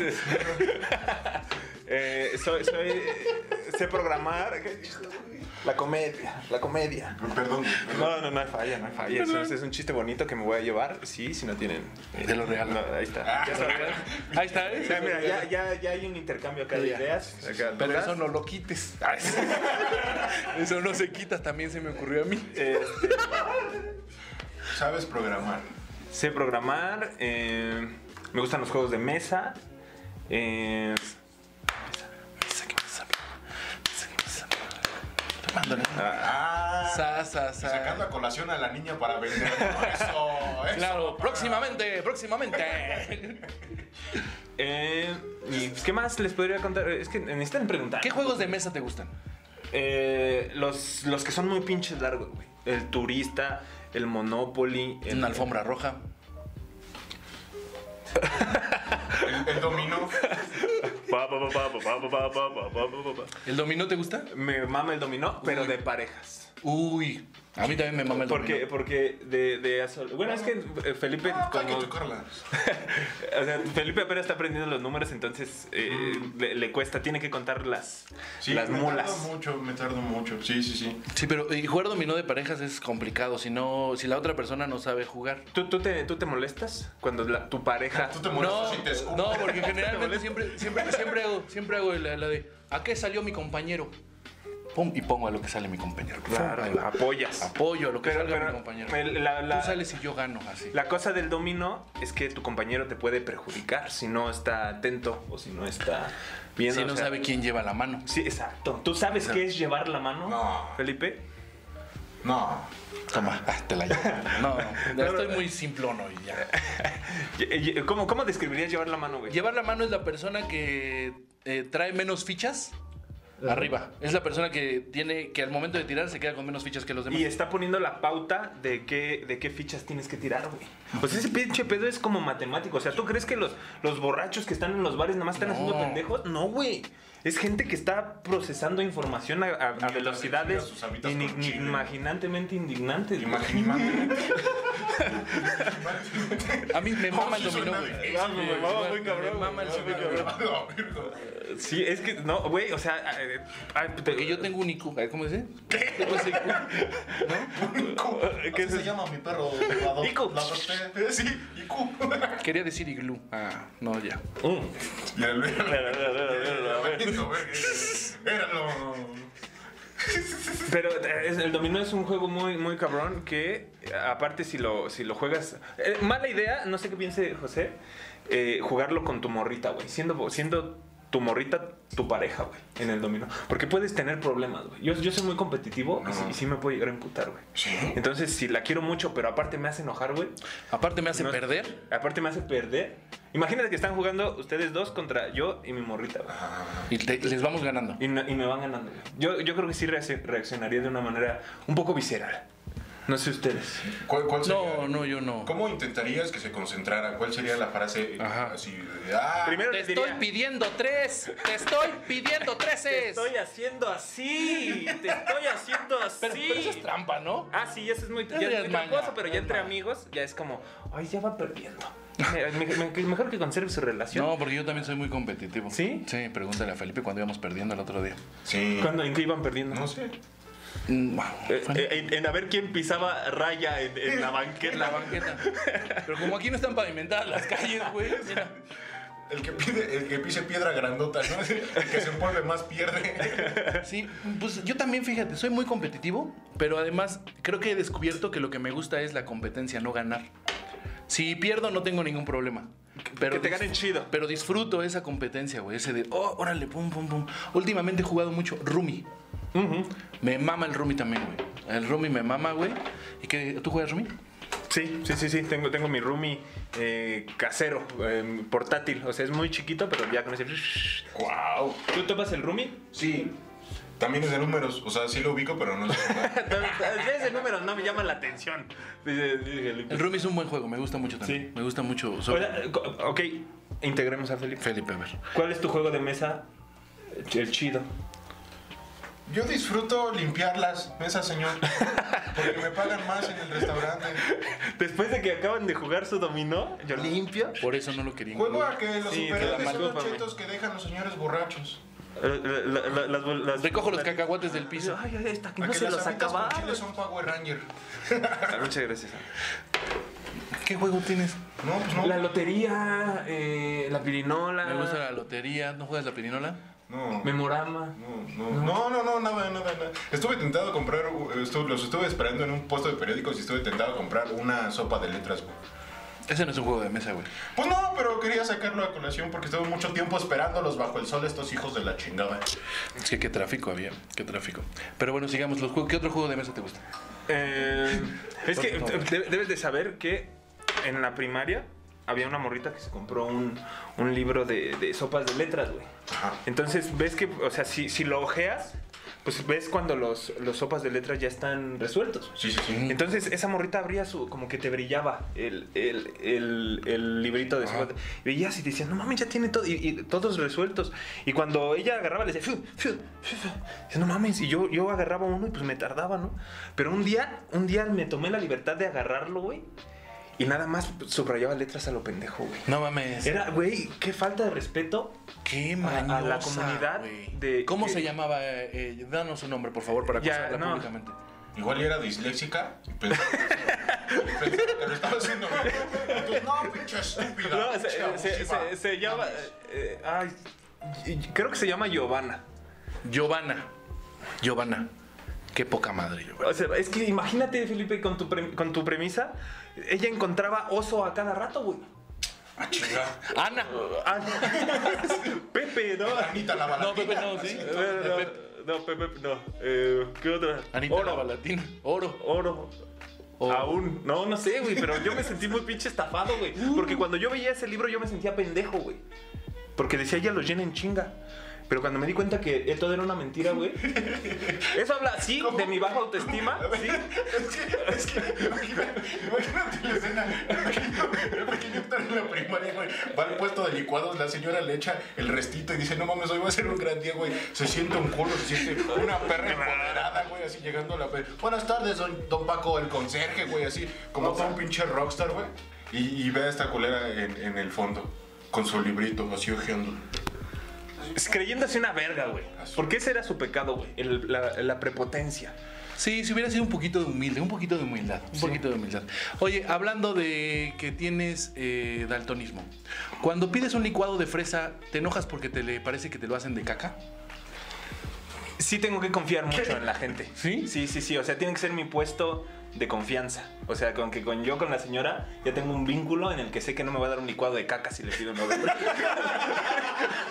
S5: Eh, soy, soy, eh, sé programar. La comedia, la comedia.
S4: Perdón.
S5: No, no, no hay falla, no hay falla. Es, un- es un chiste bonito que me voy a llevar. Sí, si no tienen. eh,
S3: Te lo Ah. regalo.
S5: No, ahí está. Ya está.
S3: [laughs] Ahí está, ¿eh?
S5: O sea, mira, ya, ya, ya hay un intercambio acá de
S3: Ya.
S5: ideas. Acá,
S3: Pero
S5: ¿verdad?
S3: eso no lo quites.
S5: [laughs]
S3: Eso no se quita, también se me ocurrió a mí.
S5: Este,
S4: Sabes programar.
S5: sé programar. eh, me gustan los juegos de mesa. eh,
S4: Ah.
S3: Sa, sa, sa.
S4: Sacando a colación a la niña para vender. Eso, eso.
S3: Claro,
S4: papá.
S3: próximamente, próximamente.
S5: eh, y, pues, ¿Qué más les podría contar? Es que necesitan preguntar.
S3: ¿Qué juegos de mesa te gustan?
S5: Eh, los, los que son muy pinches largos, güey. El turista, el Monopoly. El,
S3: Una alfombra roja.
S4: El,
S3: [laughs]
S4: el dominó.
S5: Pa, pa, pa, pa, pa, pa, pa, pa, pa, pa, pa, pa.
S3: ¿El dominó te gusta?
S5: Me mama el dominó, pero de parejas.
S3: Uy, a mí también me mama el
S5: Porque,
S3: dominó.
S5: porque de, de a sol- Bueno, es que eh, Felipe.
S4: Hay que
S5: como-
S4: tocarla.
S5: o sea, Felipe apenas está aprendiendo los números, entonces eh,
S3: Mm.
S5: le, le cuesta, tiene que contar las,
S4: Sí,
S5: las
S4: me
S5: mulas.
S4: tardo mucho, me tardo mucho. Sí, sí, sí.
S3: Sí, pero y jugar dominó de parejas es complicado. Si no, si la otra persona no sabe jugar.
S5: ¿Tú, tú, te, ¿Tú te molestas cuando la- tu pareja.
S4: Tú te
S3: No,
S4: molestas y te escupo.
S3: no, porque generalmente
S5: [laughs]
S3: siempre, siempre, siempre hago, siempre hago la, la de ¿a qué salió mi compañero? Pum, y pongo a lo que sale mi compañero. Pum, ahí
S5: Claro,
S3: va.
S5: apoyas.
S3: Apoyo a lo que
S5: Pero,
S3: salga
S5: pero,
S3: mi compañero.
S5: el- la- la-
S3: Tú sales y yo gano así.
S5: La cosa del domino es que tu compañero te puede perjudicar si no está atento o si no está viendo.
S3: si
S5: o
S3: no
S5: sea,
S3: sabe quién lleva la
S5: [laughs]
S3: mano.
S5: Sí, exacto. ¿Tú sabes qué es llevar la mano,
S4: No.
S5: Felipe?
S4: No.
S3: Toma, ah, te la llevo.
S5: [laughs]
S3: No,
S5: No,
S3: estoy
S5: no.
S3: muy simplón hoy ya.
S5: Y- y- ¿Cómo, cómo describirías llevar la mano, güey?
S3: Llevar la mano es la persona que eh, trae menos fichas arriba. Es la persona que tiene que al momento de tirar se queda con menos fichas que los demás.
S5: Y está poniendo la pauta de qué, de qué fichas tienes que tirar, güey. O sea, ese pinche pedo es como matemático. O sea, ¿tú crees que los, los borrachos que están en los bares nada más están
S3: No.
S5: haciendo pendejos? No, güey. Es gente que está procesando información a, a- a
S4: Mientras
S5: velocidades
S4: respira sus habitas
S5: ini-
S4: con chile.
S5: inimaginantemente indignantes. güey.
S4: Imagínate.
S3: [laughs] A mí
S5: [laughs]
S3: me mama el dominó. güey.
S5: Me mama muy cabrón,
S3: Me mama el
S5: güey.
S3: dominó, güey.
S5: Sí, es que no, güey, o sea, eh, ay, te-
S3: Porque yo tengo un IQ. ¿Cómo dice? Tengo ese IQ.
S5: ¿Qué
S4: ¿Qué
S5: es
S4: se
S5: eso?
S4: llama mi
S5: [laughs]
S4: perro? La adop-
S5: Iku.
S4: la adopté. Sí, Iku.
S3: Quería decir iglú. Ah, no, ya.
S5: Mm.
S4: Ya lo-
S5: a ver.
S4: Éralo.
S5: Pero eh, es- el dominó es un juego muy, muy cabrón que, eh, aparte, si lo, si lo juegas. eh, mala idea, no sé qué piense José, eh, jugarlo con tu morrita, güey. Siendo, siendo tu morrita tu pareja, güey, en el dominó. Porque puedes tener problemas, güey. Yo, yo soy muy competitivo y, sí- y sí me puedo llegar a emputar, güey. Entonces, si la quiero mucho, pero aparte me hace enojar, güey.
S3: Aparte me hace
S5: No.
S3: perder.
S5: Aparte me hace perder. Imagínate que están jugando ustedes dos contra yo y mi morrita, güey.
S3: Y te- les vamos ganando.
S5: Y, no- y me van ganando. güey. Yo, yo creo que sí reacc- reaccionaría de una manera un poco visceral. No sé ustedes.
S4: ¿Cuál, cuál sería?
S3: No, no, yo no.
S4: ¿Cómo intentarías que se concentrara? ¿Cuál sería la frase eh,
S3: Ajá.
S4: así de, ah,
S5: Primero
S3: Te
S5: les diría,
S3: estoy pidiendo tres. Te estoy pidiendo
S5: te
S3: treses.
S5: estoy haciendo así. Te estoy haciendo
S3: [laughs]
S5: así.
S3: Pero, pero eso es trampa, ¿no?
S5: Ah, sí, eso es muy, ya
S3: Eso ya
S5: es
S3: es
S5: muy
S3: maña,
S5: tramposo, pero
S3: ya
S5: ya
S3: es
S5: entre
S3: maña.
S5: amigos ya es como, ay, ya
S3: [laughs]
S5: va perdiendo. Me- me- me- mejor que conserve su relación.
S3: No, porque yo también soy muy competitivo.
S5: ¿Sí?
S3: Sí, pregúntale a Felipe cuando íbamos perdiendo el otro día.
S4: Sí.
S5: ¿Cuándo? ¿En qué iban perdiendo?
S4: No sé.
S3: Mm,
S5: Eh,
S3: fue
S5: eh, en, en a ver quién pisaba raya en, en la banqueta.
S3: en [laughs] la banqueta. Pero como aquí no están pavimentadas las calles, güey. mira.
S4: El que, pide, el que pise piedra grandota, ¿no? El que se envuelve más
S5: [laughs]
S4: pierde.
S3: Sí, pues yo también, fíjate, soy muy competitivo, pero además creo que he descubierto que lo que me gusta es la competencia, no ganar. Si pierdo no tengo ningún problema. Pero
S5: que te
S3: dis-
S5: ganen chido.
S3: Pero disfruto esa competencia, güey. Ese de, oh, órale, pum, pum, pum. Últimamente he jugado mucho Rumi. Me mama el Rumi también, güey. El Rumi me mama, güey. ¿Y qué? ¿Tú juegas Rumi?
S5: Sí, sí, sí, sí. Tengo, tengo mi roomie eh, casero, eh, portátil. O sea, es muy chiquito, pero ya con ese. [laughs]
S4: ¡Wow!
S5: ¿Tú topas el [laughs] roomie?
S4: Sí. También es de números. O sea, sí lo ubico, pero no sé. jugar.
S5: Ese número no me llama la atención. Dice- dice Felipe.
S3: El Rumi es un buen juego, me gusta mucho también.
S5: Sí.
S3: Me gusta mucho. sobre-
S5: Hola, co- ok, integremos a Felipe.
S3: Felipe, a ver.
S5: ¿Cuál es tu juego de mesa? El chido.
S4: Yo disfruto limpiar las mesas, señor. Porque me pagan más en el
S5: [laughs]
S4: restaurante.
S5: Después de que acaban de jugar su dominó, yo limpio.
S3: Por eso no lo quería.
S4: Juego
S3: incluir.
S4: a que los
S5: Sí, te la
S4: superhéroes son los
S5: discúlpame.
S4: chetos que dejan los señores borrachos.
S5: La- la- la- las bol- las-
S3: Recojo los cacahuates del piso.
S5: Ay, ay, esta, que
S4: ¿A
S5: no
S4: que
S5: se
S4: las
S5: los
S4: avientas con
S5: acabaron.
S4: chiles un Power Ranger?
S5: Ah, Muchas gracias.
S3: ¿Qué juego tienes?
S4: No, pues no.
S5: La lotería, eh, la pirinola,
S3: Me gusta la lotería. ¿No juegas la pirinola?
S4: No.
S5: memorama.
S4: No, no, no, no, no, nada, nada, nada. Estuve tentado a comprar, uh, estu- los estuve esperando en un puesto de periódicos y estuve tentado a comprar una sopa de letras, güey.
S3: Ese no es un juego de mesa, güey.
S4: Pues no, pero quería sacarlo a colación porque estuve mucho tiempo esperándolos bajo el sol estos hijos de la chingada.
S3: Es que qué tráfico había, qué tráfico. Pero bueno, sigamos. Los juegos. ¿Qué otro juego de mesa te gusta?
S5: Eh, es que
S3: No.
S5: de- debes de saber que en la primaria había una morrita que se compró un, un libro de, de sopas de letras, güey.
S4: Ajá.
S5: Entonces, ves que, o sea, si, si lo ojeas, pues ves cuando los, los sopas de letras ya están resueltos.
S4: Sí, sí, sí.
S5: Entonces, esa morrita abría su, como que te brillaba el, el, el, el librito de sopas. Y veías y te decías, no mames, ya tiene todo, y, y todos resueltos. Y cuando ella agarraba, le decía, "Fiu, fiu, fiu, fiu". Dice, no mames, y yo, yo agarraba uno y pues me tardaba, ¿no? Pero un día, un día me tomé la libertad de agarrarlo, güey. Y nada más subrayaba letras a lo pendejo, güey.
S3: No mames.
S5: Era, güey, qué falta de respeto
S3: Qué
S5: a- a
S3: mañosa,
S5: la comunidad
S3: güey.
S5: de-
S3: ¿Cómo
S5: que-
S3: se llamaba? Eh, eh, danos un nombre, por favor, para
S5: Ya,
S3: acusarla
S5: no.
S3: públicamente.
S4: Igual era disléxica y pensaba que pensaba que lo estaba haciendo. mal. Y tú, No, pinche estúpida.
S5: No, se,
S4: pinche
S5: se-
S4: abusiva".
S5: se- se llama. eh, ay, y- y- creo que se llama Giovanna.
S3: Giovanna. Giovanna. Qué poca madre, Giovanna.
S5: O sea, es que imagínate, Felipe, con tu, pre- con tu premisa, ella encontraba oso a cada rato, güey.
S4: Ah, chinga.
S3: Ana.
S5: Ah, Pepe, ¿no? [laughs]
S4: Anita la
S3: No,
S4: balandina.
S3: Pepe, no, sí.
S5: No, no, no, Pepe, no. Eh, ¿Qué otra?
S3: Anita
S5: Oro.
S3: la Balatina. Oro.
S5: Oro.
S3: Oro.
S5: Aún. No, no sé, güey, pero yo me sentí muy pinche estafado, güey. Porque cuando yo veía ese libro yo me sentía pendejo, güey. Porque decía, ya lo llena en chinga. Pero cuando me di cuenta que todo era una mentira, güey. Eso habla, sí, de mi baja autoestima. Sí.
S4: Es que, es que, imagínate, imagínate la escena. El pequeño Héctor en la primaria, güey. Va al puesto de licuados, la señora le echa el restito y dice: No mames, hoy va a ser un gran día, güey. Se siente un culo, se siente una perra empoderada, güey, así llegando a la fe. Buenas tardes, don, don Paco, el conserje, güey, así como fue un pinche rockstar, güey. Y, y ve a esta culera en, en el fondo, con su librito, así ojeando.
S5: Creyéndose una verga, güey. Porque ese era su pecado, güey. el- La, la prepotencia.
S3: Sí, si hubiera sido un poquito de humilde, un poquito de humildad, un poquito de humildad. Oye, hablando de que tienes eh, daltonismo, cuando pides un licuado de fresa, ¿te enojas porque te le parece que te lo hacen de caca?
S5: Sí tengo que confiar mucho en la gente.
S3: ¿Sí?
S5: Sí, sí, sí. O sea, tiene que ser mi puesto de confianza. O sea, con que con yo con la señora ya tengo un vínculo en el que sé que no me va a dar un licuado de caca si le pido un novela. [laughs]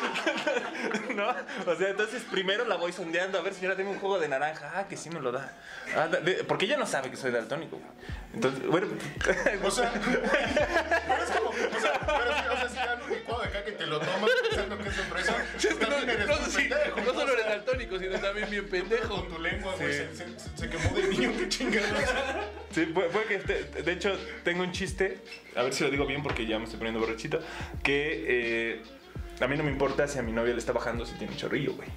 S5: ¿No? O sea, entonces primero la voy sondeando. A ver, señora, tengo un jugo de naranja. Ah, que sí me lo da. Ah, da- de- porque ella no sabe que soy daltónico. güey. Entonces, bueno... [laughs]
S4: O sea, [laughs] pero es como, o sea, pero si, o sea, si dan un licuado de acá que te lo tomas pensando que es sorpresa,
S3: No,
S4: también eres un
S3: no, sí,
S4: pendejo.
S3: no solo eres daltónico, sino también bien pendejo.
S4: Con tu lengua, güey, se, se, se quemó de niño, qué chingados.
S5: Sí, fue, fue que este- de hecho tengo un chiste, a ver si lo digo bien porque ya me estoy poniendo borrachito, que eh, a mí no me importa si a mi novia le está bajando si tiene chorrillo, güey.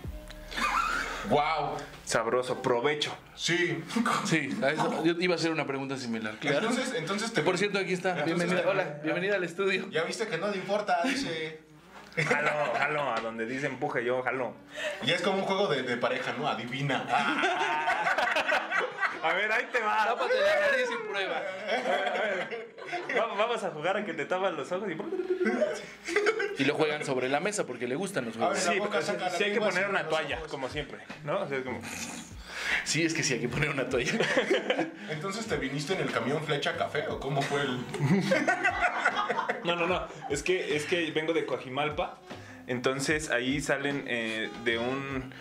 S4: Wow.
S5: Sabroso, provecho.
S4: Sí.
S3: Sí, a eso [laughs] yo iba a hacer una pregunta similar. Claro.
S4: Entonces, entonces te.
S3: Por cierto, aquí está.
S4: Entonces,
S3: Bienvenida,
S4: te-
S3: hola, bienvenida al estudio.
S4: Ya viste que no te importa, dice.
S5: Jalo, jalo, a donde dice empuje yo, jalo.
S4: Y es como un juego de, de pareja, ¿no? Adivina. Ah,
S5: A ver, ahí te va.
S4: pues,
S3: Tápate la nariz y prueba.
S5: Va- Vamos a jugar a que te tapan los ojos y...
S3: Y lo juegan sobre la mesa porque le gustan los
S4: A
S3: juegos.
S4: ver.
S5: Sí,
S4: La boca
S5: o sea,
S4: saca la
S5: sí hay que
S4: lengua,
S5: poner
S4: sí,
S5: una
S4: los
S5: toalla,
S4: ojos.
S5: como siempre, ¿no? O sea, es como...
S3: Sí, es que sí, hay que poner una toalla.
S4: entonces te viniste en el camión flecha café, ¿o cómo fue el.?
S5: No, no, no. Es que, es que vengo de Coajimalpa. Entonces ahí salen eh, de un.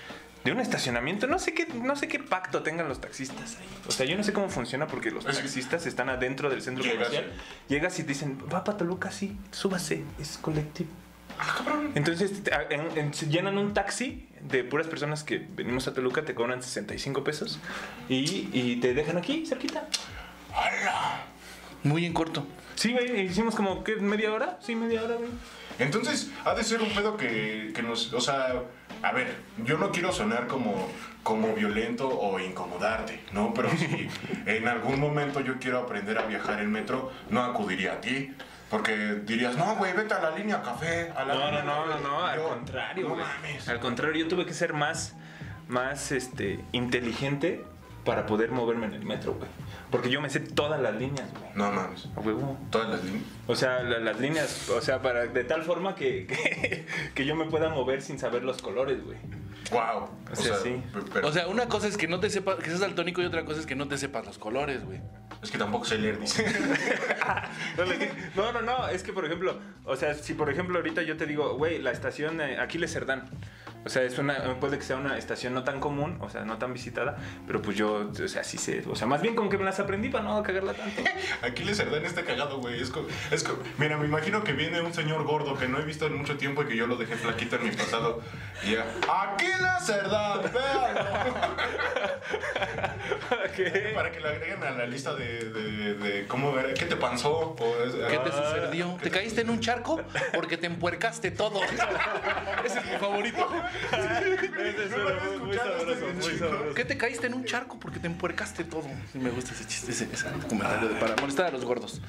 S5: De un estacionamiento, no sé qué, no sé qué pacto tengan los taxistas ahí. O sea, yo no sé cómo funciona porque los
S4: Es-
S5: taxistas están adentro del centro
S4: Llegas.
S5: comercial. Llegas y te dicen, va para Toluca, sí, súbase, es colectivo.
S4: Ah,
S5: Entonces te- a- en- en- se llenan un taxi de puras personas que venimos a Toluca, te cobran 65 pesos y, y te dejan aquí, cerquita.
S3: Muy en corto.
S5: Sí, güey, hicimos como, ¿qué? ¿Media hora? Sí, media hora, güey.
S4: Entonces, ha de ser un pedo que, que nos. O sea, a ver, yo no quiero sonar como, como violento o incomodarte, ¿no? Pero si en algún momento yo quiero aprender a viajar en metro, no acudiría a ti. Porque dirías, no, güey, vete a la línea café. A la
S5: No, no,
S4: línea
S5: no, no,
S4: café".
S5: no, al
S4: Yo,
S5: contrario,
S4: No
S5: güey.
S4: mames.
S5: Al contrario, yo tuve que ser más, más, este, inteligente para poder moverme en el metro, güey. Porque yo me sé todas las líneas, güey.
S4: No mames.
S5: A huevo.
S4: Todas las líneas.
S5: O sea, la- las líneas, o sea, para, de tal forma que, [laughs] que, que yo me pueda mover sin saber los colores, güey.
S4: Wow.
S5: O sea, sí.
S4: pero
S3: O sea, una cosa es que no te sepas, que seas daltónico y otra cosa es que no te sepas los colores, güey.
S4: es que tampoco sé leer, dice.
S5: No, le- No, no, no, es que por ejemplo, o sea, si por ejemplo ahorita yo te digo, güey, la estación eh, Aquiles Cerdán, o sea, es una, puede que sea una estación no tan común, o sea, no tan visitada, pero pues yo, o sea, sí sé, o sea, más bien como que me las aprendí para no cagarla tanto.
S4: Aquí les Cerdán está cagado, güey. Es co- es co- mira, me imagino que viene un señor gordo que no he visto en mucho tiempo y que yo lo dejé flaquito en mi pasado. Y ya. Aquiles Cerdán,
S5: [laughs]
S4: véanlo.
S5: ¿Qué?
S4: Para que lo agreguen a la lista de, de, de cómo ver, ¿qué te pasó? O es-
S3: ¿Qué te
S4: ah,
S3: sucedió? ¿Te caíste en un charco? Porque te empuercaste todo. [laughs] Ese es mi favorito.
S5: Ese
S4: No lo
S5: suena
S4: había
S5: muy- muy
S4: escuchado,
S5: sabroso,
S4: está bien
S5: muy
S4: chido.
S5: sabroso.
S3: ¿Qué te caíste en un charco? Porque te empuercaste todo. Sí, me gusta ese chiste, ese, ese comentario de para molestar a los gordos.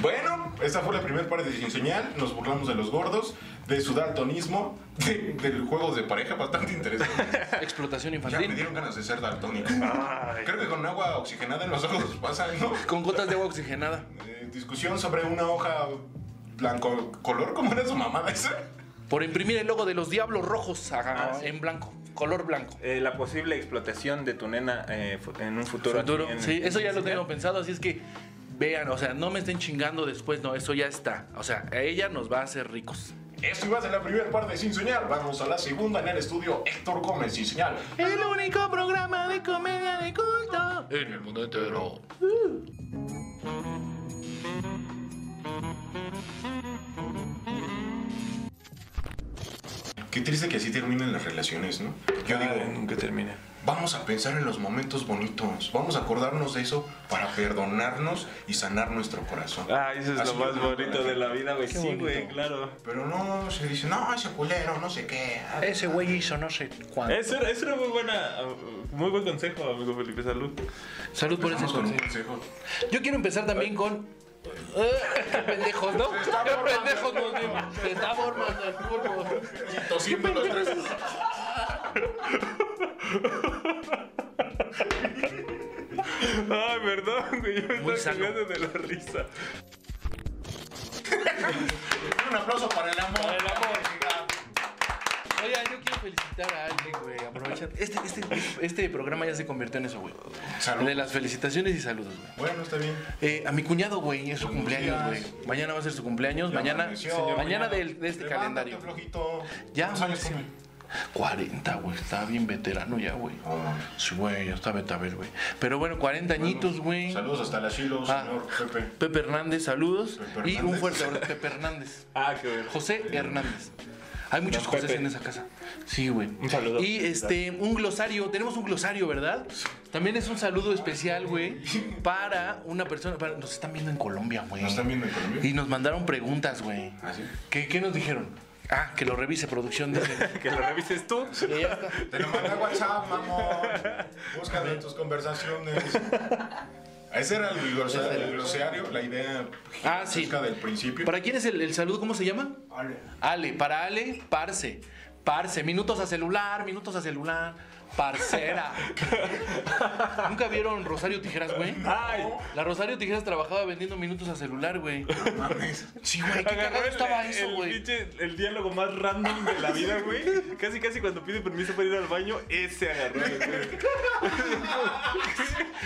S4: Bueno, esa fue la primera parte de Sin Señal. Nos burlamos de los gordos, de su daltonismo, de, del juego de pareja, bastante interesante.
S3: Explotación
S4: Ya me
S3: infantil.
S4: dieron ganas de ser daltónico.
S5: Ay.
S4: Creo que con agua oxigenada en los ojos [laughs] pasa, ¿no?
S3: Con gotas de agua oxigenada.
S4: Eh, discusión sobre una hoja blanco color, ¿cómo era su mamada esa?
S3: Por imprimir el logo de los diablos rojos a-
S5: Ah, sí.
S3: en blanco. Color blanco.
S5: Eh, la posible explotación de tu nena eh, fu- en un futuro.
S3: Futuro.
S5: aquí en-
S3: Sí, eso ya
S5: en
S3: lo
S5: Señal.
S3: tengo pensado, así es que vean, o sea, no me estén chingando después, no, eso ya está. O sea, a ella nos va a hacer ricos.
S4: Esto iba a ser la primera parte de Sin Señal. Vamos a la segunda en el estudio Héctor Gómez, Sin Señal.
S3: El único programa de comedia de culto en el mundo entero.
S4: Qué triste que así terminen las relaciones, ¿no? Yo digo,
S5: Ay, nunca termina.
S4: Vamos a pensar en los momentos bonitos. Vamos a acordarnos de eso para perdonarnos y sanar nuestro corazón.
S5: Ah, eso es
S4: Así
S5: lo
S4: yo
S5: más
S4: creo que
S5: bonito
S4: la
S5: de
S4: gente-
S5: la vida, güey. Sí, güey, claro.
S4: Pero no se dice, no, ese culero, no sé qué. Ah,
S3: Ese güey hizo no sé cuánto.
S5: Eso era, eso era muy buena, uh, muy buen consejo, amigo Felipe. Salud.
S3: Salud por ese
S4: Empezamos con un
S3: consejo.
S4: consejo.
S3: Yo quiero empezar también con. Eh, qué pendejos, ¿no?
S4: Se está
S3: Qué
S4: formando
S3: pendejos
S4: el
S3: nos vimos. Se está formando el cuerpo.
S4: Tosiendo los tres.
S5: Ay, perdón, güey. Yo me
S3: Muy
S5: estaba
S3: sano.
S5: cagando de la risa.
S4: Un aplauso para el amor.
S5: el amor.
S3: Oiga, yo quiero felicitar a alguien, güey. Aprovecha. Este, este, este programa ya se convirtió en eso, güey.
S4: Salud.
S3: De las felicitaciones y saludos, güey.
S4: Bueno, está bien.
S3: Eh, a mi cuñado, güey, es su
S4: Buenos
S3: cumpleaños, güey.
S4: días.
S3: Mañana va a ser su cumpleaños.
S4: Ya
S3: mañana
S4: amaneció,
S3: mañana
S4: cuñado.
S3: del- de este
S4: Levántate,
S3: calendario.
S4: flojito.
S3: Ya
S4: ¿Cuántos años
S3: amaneció.
S4: cumple?
S3: 40, güey. Está bien veterano ya, güey. Sí, güey, ya está betaber, güey. Pero bueno, 40 añitos, güey.
S4: Oh. Saludos hasta la Shiloh,
S3: Ah.
S4: señor Pepe.
S3: Pepe Hernández, saludos.
S4: Pepe
S3: Y un
S4: Hernández.
S3: fuerte abrazo, Pepe Hernández.
S5: Ah, qué bueno.
S3: José Hernández. Hay muchos
S5: Don
S3: José
S5: Pepe.
S3: en esa casa. Sí, güey.
S5: Un saludo.
S3: Y este, un glosario. Tenemos un glosario, ¿verdad? También es un saludo especial, güey, para una persona. para- nos están viendo en Colombia, güey.
S4: ¿Nos están viendo en Colombia?
S3: Y nos mandaron preguntas, güey.
S4: ¿Ah, sí?
S3: ¿Qué, qué nos dijeron? Ah, que lo revise producción.
S4: [laughs]
S3: dice.
S5: Que lo revises tú.
S3: Y ya está.
S4: Te lo mandé a WhatsApp, mamón. Búscalo en tus conversaciones. Ese era el glosario, el glosario, la idea
S3: Ah, sí.
S4: cerca del principio.
S3: ¿Para quién es el, el saludo? ¿Cómo se llama?
S4: Ale.
S3: Ale, para Ale, parce. Parce, minutos a celular, minutos a celular,
S5: [laughs]
S3: parcera. ¿Nunca vieron Rosario Tijeras, güey?
S5: Ay,
S3: La Rosario Tijeras trabajaba vendiendo minutos a celular, güey.
S4: Mames.
S3: Sí, güey, qué
S5: agarró
S3: cagado
S5: el,
S3: estaba
S5: el-
S3: eso,
S5: el
S3: güey.
S5: pinche- el diálogo más random de la vida, güey. Casi, casi cuando pide permiso para ir al baño, ese agarró. güey.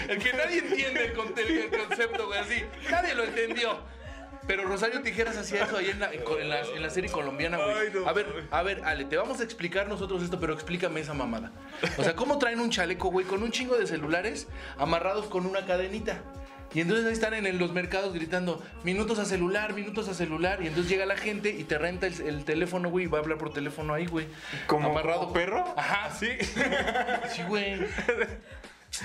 S3: El que nadie entiende el, conte- el concepto, güey, así. Nadie lo entendió. Pero Rosario Tijeras hacía eso ahí en la, en co- en la- en la serie colombiana,
S5: Ay,
S3: güey.
S5: no,
S3: A ver,
S5: güey.
S3: a ver, Ale, te vamos a explicar nosotros esto, pero explícame esa mamada. O sea, ¿cómo traen un chaleco, güey, con un chingo de celulares amarrados con una cadenita? Y entonces ahí están en el- los mercados gritando, minutos a celular, minutos a celular. Y entonces llega la gente y te renta el, el teléfono, güey, y va a hablar por teléfono ahí, güey.
S5: ¿Como
S3: amarrado.
S5: perro?
S3: Ajá, sí.
S5: Sí.
S3: Sí, güey.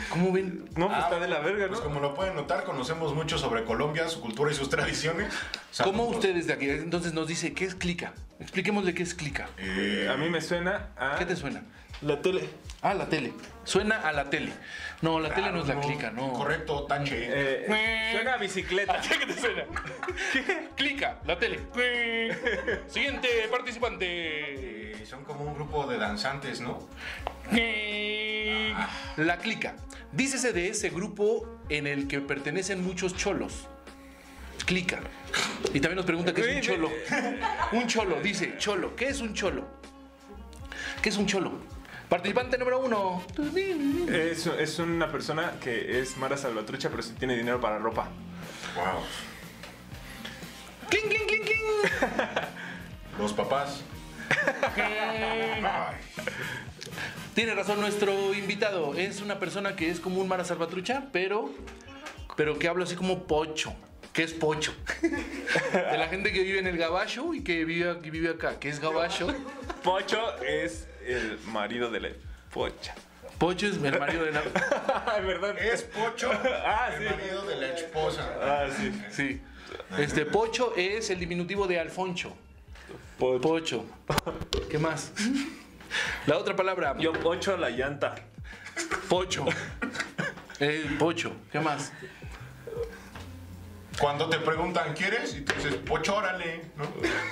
S3: ¿Cómo ven?
S5: No, pues
S4: Ah,
S5: está de la verga,
S4: Pues
S5: ¿no?
S4: como lo pueden notar, conocemos mucho sobre Colombia, su cultura y sus tradiciones.
S3: ¿Cómo
S4: Saludos.
S3: ustedes de aquí? Entonces nos dice, ¿qué es clica? Expliquémosle qué es clica.
S4: Eh,
S5: A mí me suena a.
S3: ¿Qué te suena?
S5: La tele.
S3: Ah, la tele. Suena a la tele. No, la tele no es la clica, no.
S4: Correcto, Tanche.
S5: Eh, suena a bicicleta.
S3: [laughs] ¿Qué te suena? Clica, la tele. Siguiente participante.
S4: Eh, son como un grupo de danzantes, ¿no?
S3: La clica. Dícese de ese grupo en el que pertenecen muchos cholos. Clica. Y también nos pregunta qué es un cholo. [laughs] Un cholo, dice, cholo. ¿Qué es un cholo? ¿Qué es un cholo? Participante número uno.
S5: Es, es una persona que es Mara Salvatrucha, pero sí tiene dinero para ropa.
S4: Wow.
S3: ¡Cling, cling, cling, cling!
S4: Los papás. Ay,
S3: Tiene razón nuestro invitado. Es una persona que es como un Mara Salvatrucha, pero, pero que habla así como pocho. ¿Qué es pocho? [laughs] De la gente que vive en el gabacho y que vive, que vive acá. ¿Qué es gabacho?
S5: Pocho es el marido de la pocha.
S3: Pocho es el marido de la...
S5: Ay, perdón.
S4: Es [laughs] Pocho,
S5: Ah,
S4: el
S5: sí.
S4: marido de la esposa.
S5: Ah, sí.
S3: Sí. Este, pocho es el diminutivo de Alfoncho.
S5: Pocho.
S3: Pocho. ¿Qué más? La otra palabra.
S5: Yo pocho la llanta.
S3: Pocho. [laughs] Eh, pocho. ¿Qué más?
S4: Cuando te preguntan, ¿quieres? Y tú dices, Pocho, órale, ¿no?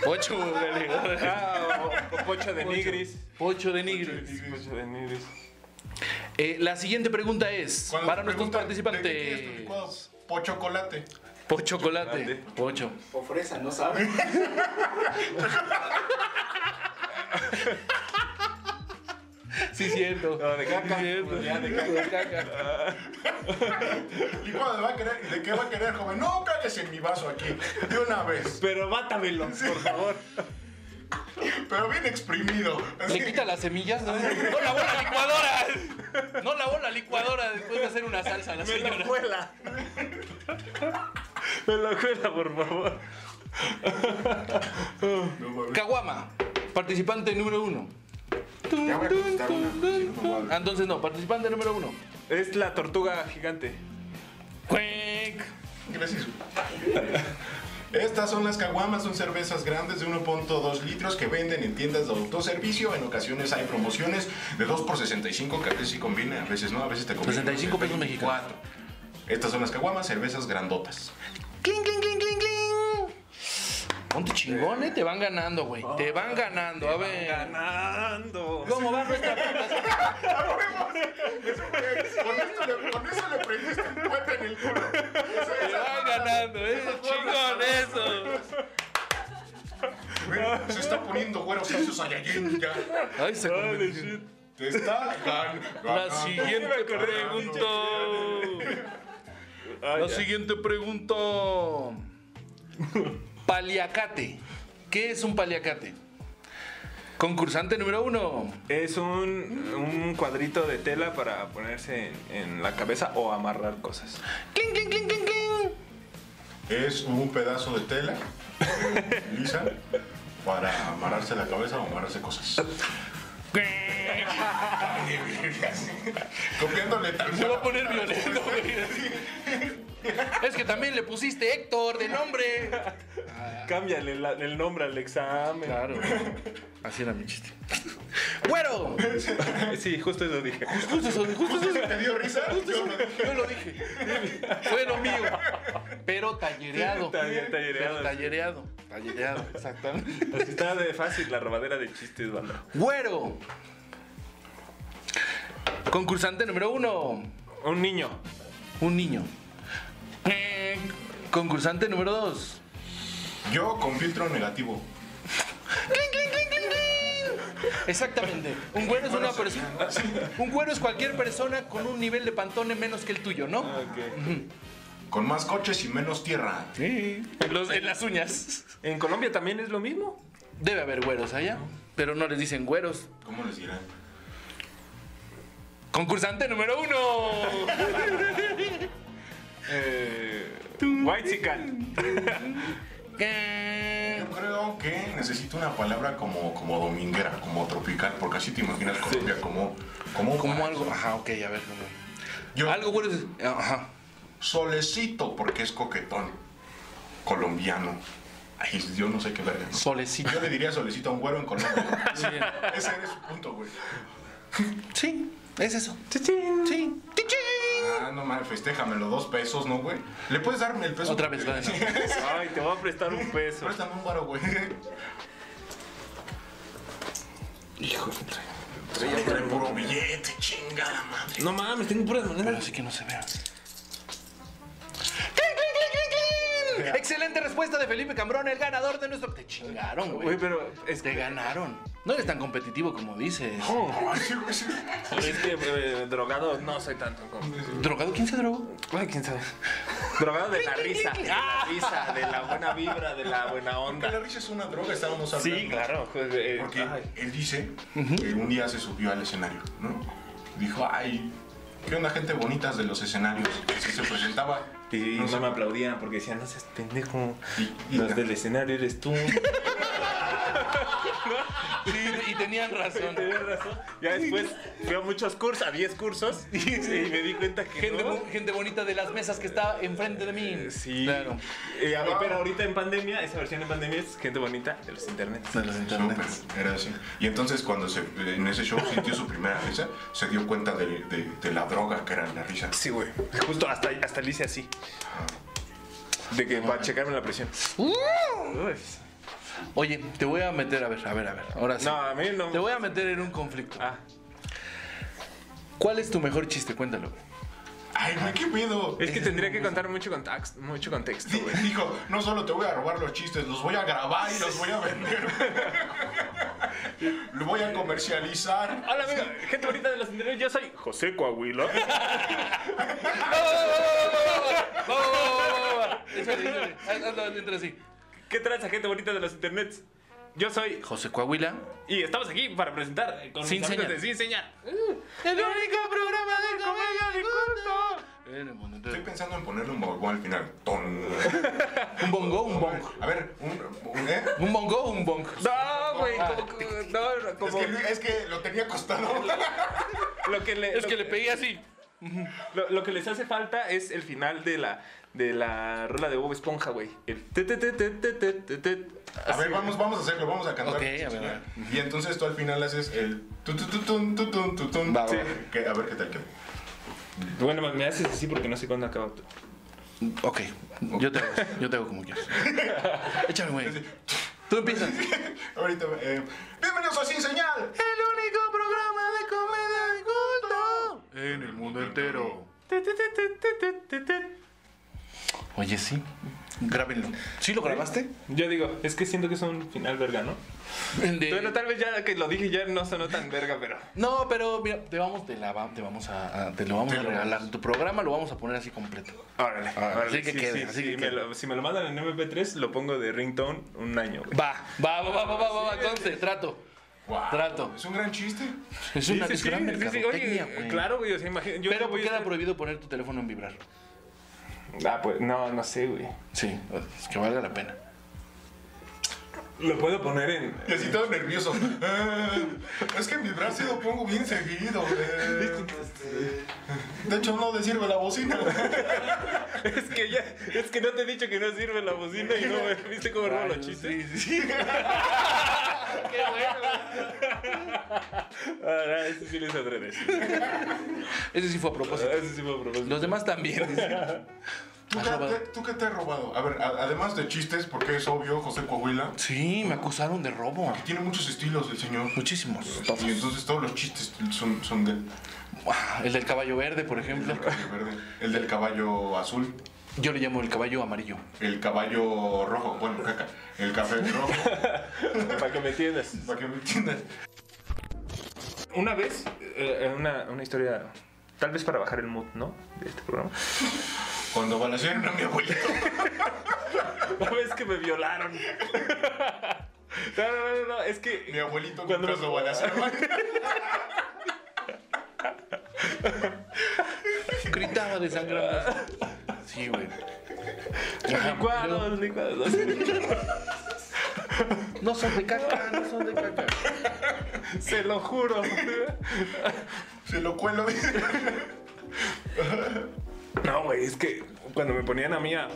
S3: Pocho. órale, órale.
S5: Ah, o, o pocho de nigris.
S3: Pocho de nigris.
S5: Pocho de nigris.
S3: Eh, la siguiente pregunta es
S4: Cuando
S3: para
S4: te
S3: nuestros
S4: preguntan, ¿de qué
S3: participantes.
S4: quieres tu licuado? Po chocolate.
S3: Po chocolate.
S5: Chocolate.
S3: Pocho.
S6: O fresa, no sabes.
S3: [laughs] Sí, cierto.
S5: No, de caca.
S3: Sí, cierto.
S5: Ya, de
S3: De caca.
S4: Licuado, ¿va a querer? ¿Y de qué va a querer, joven? No, cállese en mi vaso aquí, de una vez.
S5: Pero mátamelo, por favor.
S4: Pero bien exprimido. Así.
S3: Le quita las semillas. No, No lavó la licuadora. No lavó la licuadora después de hacer una salsa a la
S5: Me lo
S3: señora.
S5: cuela. Me lo cuela, por favor.
S3: Caguama. Participante número uno.
S4: Ya voy a contestar una, si no me voy a
S3: Ah, Entonces no, participante número uno.
S5: Es la tortuga gigante.
S3: Cuec.
S4: Gracias. Estas son las caguamas, son cervezas grandes de 1.2 litros que venden en tiendas de autoservicio. En ocasiones hay promociones de 2 por 65 que a veces sí conviene, a veces no, a veces te conviene.
S3: 65 pesos
S4: 24. Estas son las caguamas, cervezas grandotas.
S3: Cling, cling, cling, cling, cling. Ponte chingón, eh, Te van ganando, güey. Te van ganando. A ver.
S5: Ganando.
S3: ¿Cómo va nuestra
S4: Con, esto le, con eso le prendiste un puente en el culo.
S3: Te va ganando, eh. Chingón eso.
S4: Güey, Se está poniendo güero, se hizo Saiyajin ya.
S3: Ay, se
S5: Holy
S3: convirtió.
S5: shit.
S4: Te está gan-
S3: La
S4: ganando.
S3: siguiente
S4: ganando.
S3: pregunta.
S5: Ay,
S3: La
S5: ya.
S3: siguiente pregunta. Paliacate. ¿Qué es un paliacate? Concursante número uno.
S5: Es un, un cuadrito de tela para ponerse en, en la cabeza o amarrar cosas.
S3: Cling, cling, cling, cling, cling.
S4: Es un pedazo de tela [laughs] que utiliza para amarrarse la cabeza o amarrarse
S3: [laughs]
S4: cosas. Copiándole tal
S3: Se
S4: cual.
S3: va a poner violento, güey. Es que también le pusiste Héctor de nombre.
S5: Cámbiale la- el nombre al
S3: [laughs]
S5: examen.
S3: Claro. Así era mi [laughs] chiste. ¡Güero!
S5: [laughs] Sí, justo eso dije.
S3: Justo eso, justo eso.
S4: ¿Te dio risa? Yo no dije.
S3: Yo lo dije. Fue lo mío. Pero tallereado.
S5: Talle- tallereado,
S3: Pero tallereado. Tallereado,
S4: [laughs]
S3: exactamente.
S5: Así está de fácil la robadera de chistes, banda.
S3: Güero. Concursante número uno.
S5: Un niño.
S3: Un niño. Eh, Concursante número dos.
S4: Yo con filtro negativo.
S3: ¡Cling, cling, cling, cling, cling! Exactamente. Un güero es una persona. Un güero es cualquier persona con un nivel de pantone menos que el tuyo, ¿no?
S4: Con más coches y menos tierra.
S3: En, los- en las uñas.
S5: En Colombia también es lo mismo.
S3: Debe haber güeros allá, pero no les dicen güeros.
S4: ¿Cómo les dirán?
S3: Concursante número uno.
S5: Eh, White chican.
S4: Yo creo que necesito una palabra como, como dominguera, como tropical, porque así te imaginas Colombia como, como, un
S3: Como
S4: paraíso.
S3: algo. Ajá, ok, a ver. como-
S4: Yo,
S3: Algo güero es. Ajá.
S4: Solecito, porque es coquetón. Colombiano. Ay, yo no sé qué verga.
S3: Solecito.
S4: Yo le diría solecito a un güero en Colombia.
S3: Muy bien.
S4: Ese es su punto, güey.
S3: Sí, es eso.
S5: Chichín.
S3: Sí. ¡Tichín!
S4: Ah, no mames, festéjame los dos pesos, ¿no, güey? ¿Le puedes darme el peso?
S3: Otra vez,
S4: güey?
S3: no,
S5: Ay, te voy a prestar un peso.
S4: Préstame un varo, güey.
S3: Hijo de
S4: Traía por el puro billete, chingada madre.
S5: No mames, tengo puras
S3: Pero
S5: monedas.
S3: así que no se vea. ¡Clin, clin, clin, clin, clin! Excelente respuesta de Felipe Cambrón, el ganador de nuestro. Te chingaron,
S5: Güey,
S3: güey.
S5: pero es
S3: Te
S5: que.
S3: ganaron. No eres tan competitivo como dices.
S5: Oh,
S4: Ay, sí, güey, sí.
S5: es que eh, drogado no soy tanto como.
S3: ¿Drogado? ¿Quién se drogó?
S5: Ay, quién sabe. Drogado de la risa. De la risa, de la buena vibra, de la buena
S4: Porque la
S5: onda.
S4: risa es una droga, estábamos hablando.
S5: Sí, claro. pues, eh,
S4: Porque
S5: ay.
S4: él dice que un día se subió al escenario, ¿no? Dijo, ay, qué onda gente bonitas de los escenarios. Si se presentaba.
S5: Y
S4: no
S5: no
S4: sé,
S5: me aplaudían porque decían, no seas pendejo.
S4: Y- y-
S5: Los del escenario eres tú.
S3: Sí, y tenían razón.
S5: [laughs] Tienes razón. Ya después fui a muchos cursos, a 10 cursos, y, y me di cuenta que.
S3: Gente,
S5: no.
S3: bu- gente bonita de las mesas que está enfrente de mí.
S5: Eh, Sí.
S3: Claro.
S5: Eh, a ver, pero ahorita en pandemia, esa versión en pandemia es gente bonita de los internet.
S3: De los
S4: súper, era así. Y entonces cuando se, en ese show sintió su primera risa, se dio cuenta de, de- de la droga que era la risa.
S5: Sí, güey. Justo hasta, hasta le hice así. De que para checarme la presión. Uy.
S3: Oye, te voy a meter, a ver, a ver, a ver. Ahora sí.
S5: No, a mí no.
S3: Te voy a meter en un conflicto.
S5: Ah,
S3: ¿Cuál es tu mejor chiste? Cuéntalo.
S4: Ay, güey, qué pedo.
S5: es que tendría que contar mucho contexto, mucho contexto,
S4: Di-
S5: güey.
S4: Dijo, no solo te voy a robar los chistes, los voy a grabar y los voy a vender. [laughs] Los voy a comercializar.
S5: Hola, amigo. Gente bonita de los internet, yo soy José Coahuila. ¿Qué tranza, gente bonita de los internets? Yo soy
S3: José Coahuila.
S5: Y estamos aquí para presentar eh, con
S3: Sin
S5: mis amigos
S3: señal.
S5: de Sin Señal. Uh, El único programa de comedia de culto.
S4: Estoy pensando en ponerle un bongón al final. Ton.
S3: Un bongo, un bong.
S4: A ver, un, un- ¿eh?
S3: Un bongo, un bong.
S5: No, güey, como, que- no,
S4: Es
S5: como
S4: que, es que lo tenía acostado.
S5: lo que le,
S3: Es
S5: lo,
S3: que le pegué así.
S5: lo- lo que les hace falta es el final de la de la rola de Bob Esponja, güey. El te, te, te, te, te, te, te, te.
S4: A ver, vamos, vamos a hacerlo, vamos a cantar.
S3: Ok, a ver, a ver.
S4: Y entonces tú al final haces el tu, tu, tu, tun, tu, tun, tu, tun.
S3: Va, va.
S4: Sí. Que- a ver qué tal queda.
S5: Bueno, me- me haces así porque no sé cuándo acaba.
S3: Ok, yo te hago, yo te hago como quieras. Échame, güey. Tú empiezas.
S4: [laughs] Ahorita, eh, bienvenidos a Sin Señal.
S3: El único programa de comedia de culto en el mundo entero.
S5: Te, te, te, te, te, te, te, te.
S3: Oye, sí. Grábenlo. ¿Sí lo grabaste?
S5: Yo digo, es que siento que es un final verga, ¿no?
S3: El de-
S5: Bueno, tal vez ya que lo dije ya no sonó tan verga, pero
S3: No, pero mira, te vamos, te la va- te vamos a, a- te lo vamos
S4: Te
S3: a
S4: lo
S3: regalar. Tu programa lo vamos a poner así completo.
S5: Órale,
S3: Órale,
S5: órale,
S3: así que quede, así que
S5: me
S3: quede.
S5: lo- si me lo mandan en MP3, lo pongo de ringtone un año, güey.
S3: Va, va, va, va, va, va, va, va, conste, trato.
S4: Wow,
S3: Trato.
S4: Es un gran chiste.
S3: Es una es gran mercadotecnia,
S5: oye,
S3: güey.
S5: claro, güey, o sea, imagínate. yo
S3: Pero
S5: voy a
S3: queda
S5: estar-
S3: prohibido poner tu teléfono en vibrar.
S5: Ah, pues, no, no sé, güey.
S3: Sí, es que valga la pena.
S5: Lo puedo poner en...
S4: Y así todo nervioso. Eh, es que mi brazo lo pongo bien seguido. eh. De hecho, no le sirve la bocina.
S5: Es que ya, es que no te he dicho que no sirve la bocina y no, güey, [laughs] ¿viste cómo robo los chistes?
S3: Sí, sí. Qué bueno.
S5: Ah, no, ese sí pues, lo hice adrede.
S3: Ese sí fue a propósito.
S5: Ese sí fue a propósito.
S3: Los demás
S5: [laughs]
S3: también. dice.
S4: ¿Tú
S3: Has
S4: qué,
S3: robado.
S4: qué- tú qué te has robado? A ver, a- además de chistes, porque es obvio, José Coahuila.
S3: Sí, me acusaron de robo.
S4: Tiene muchos estilos el señor.
S3: Muchísimos.
S4: Y entonces todos los chistes son, son de,
S3: Ah, El del caballo verde, por ejemplo.
S4: caballo verde. El del caballo azul.
S3: Yo le llamo el caballo amarillo.
S4: El caballo rojo. Bueno, caca. El café rojo.
S5: Para que me entiendas.
S4: Para que me entiendas.
S5: Una vez, eh, eh, una, una historia, tal vez para bajar el mood, ¿no? De este programa.
S4: Cuando balacieron a mi abuelito.
S5: Una vez que me violaron. No, no, no, no, no, es que...
S4: Mi abuelito
S5: Cuando-
S4: mientras lo balaceaban.
S3: Gritaba de sangre. Sí, güey.
S5: Ah,
S3: Ajá,
S5: Licuados, licuados. [laughs]
S3: pero No son de caca, no son de caca.
S5: Se lo juro.
S4: Se lo cuelo. dice.
S5: No, güey, es que cuando me ponían a mí a,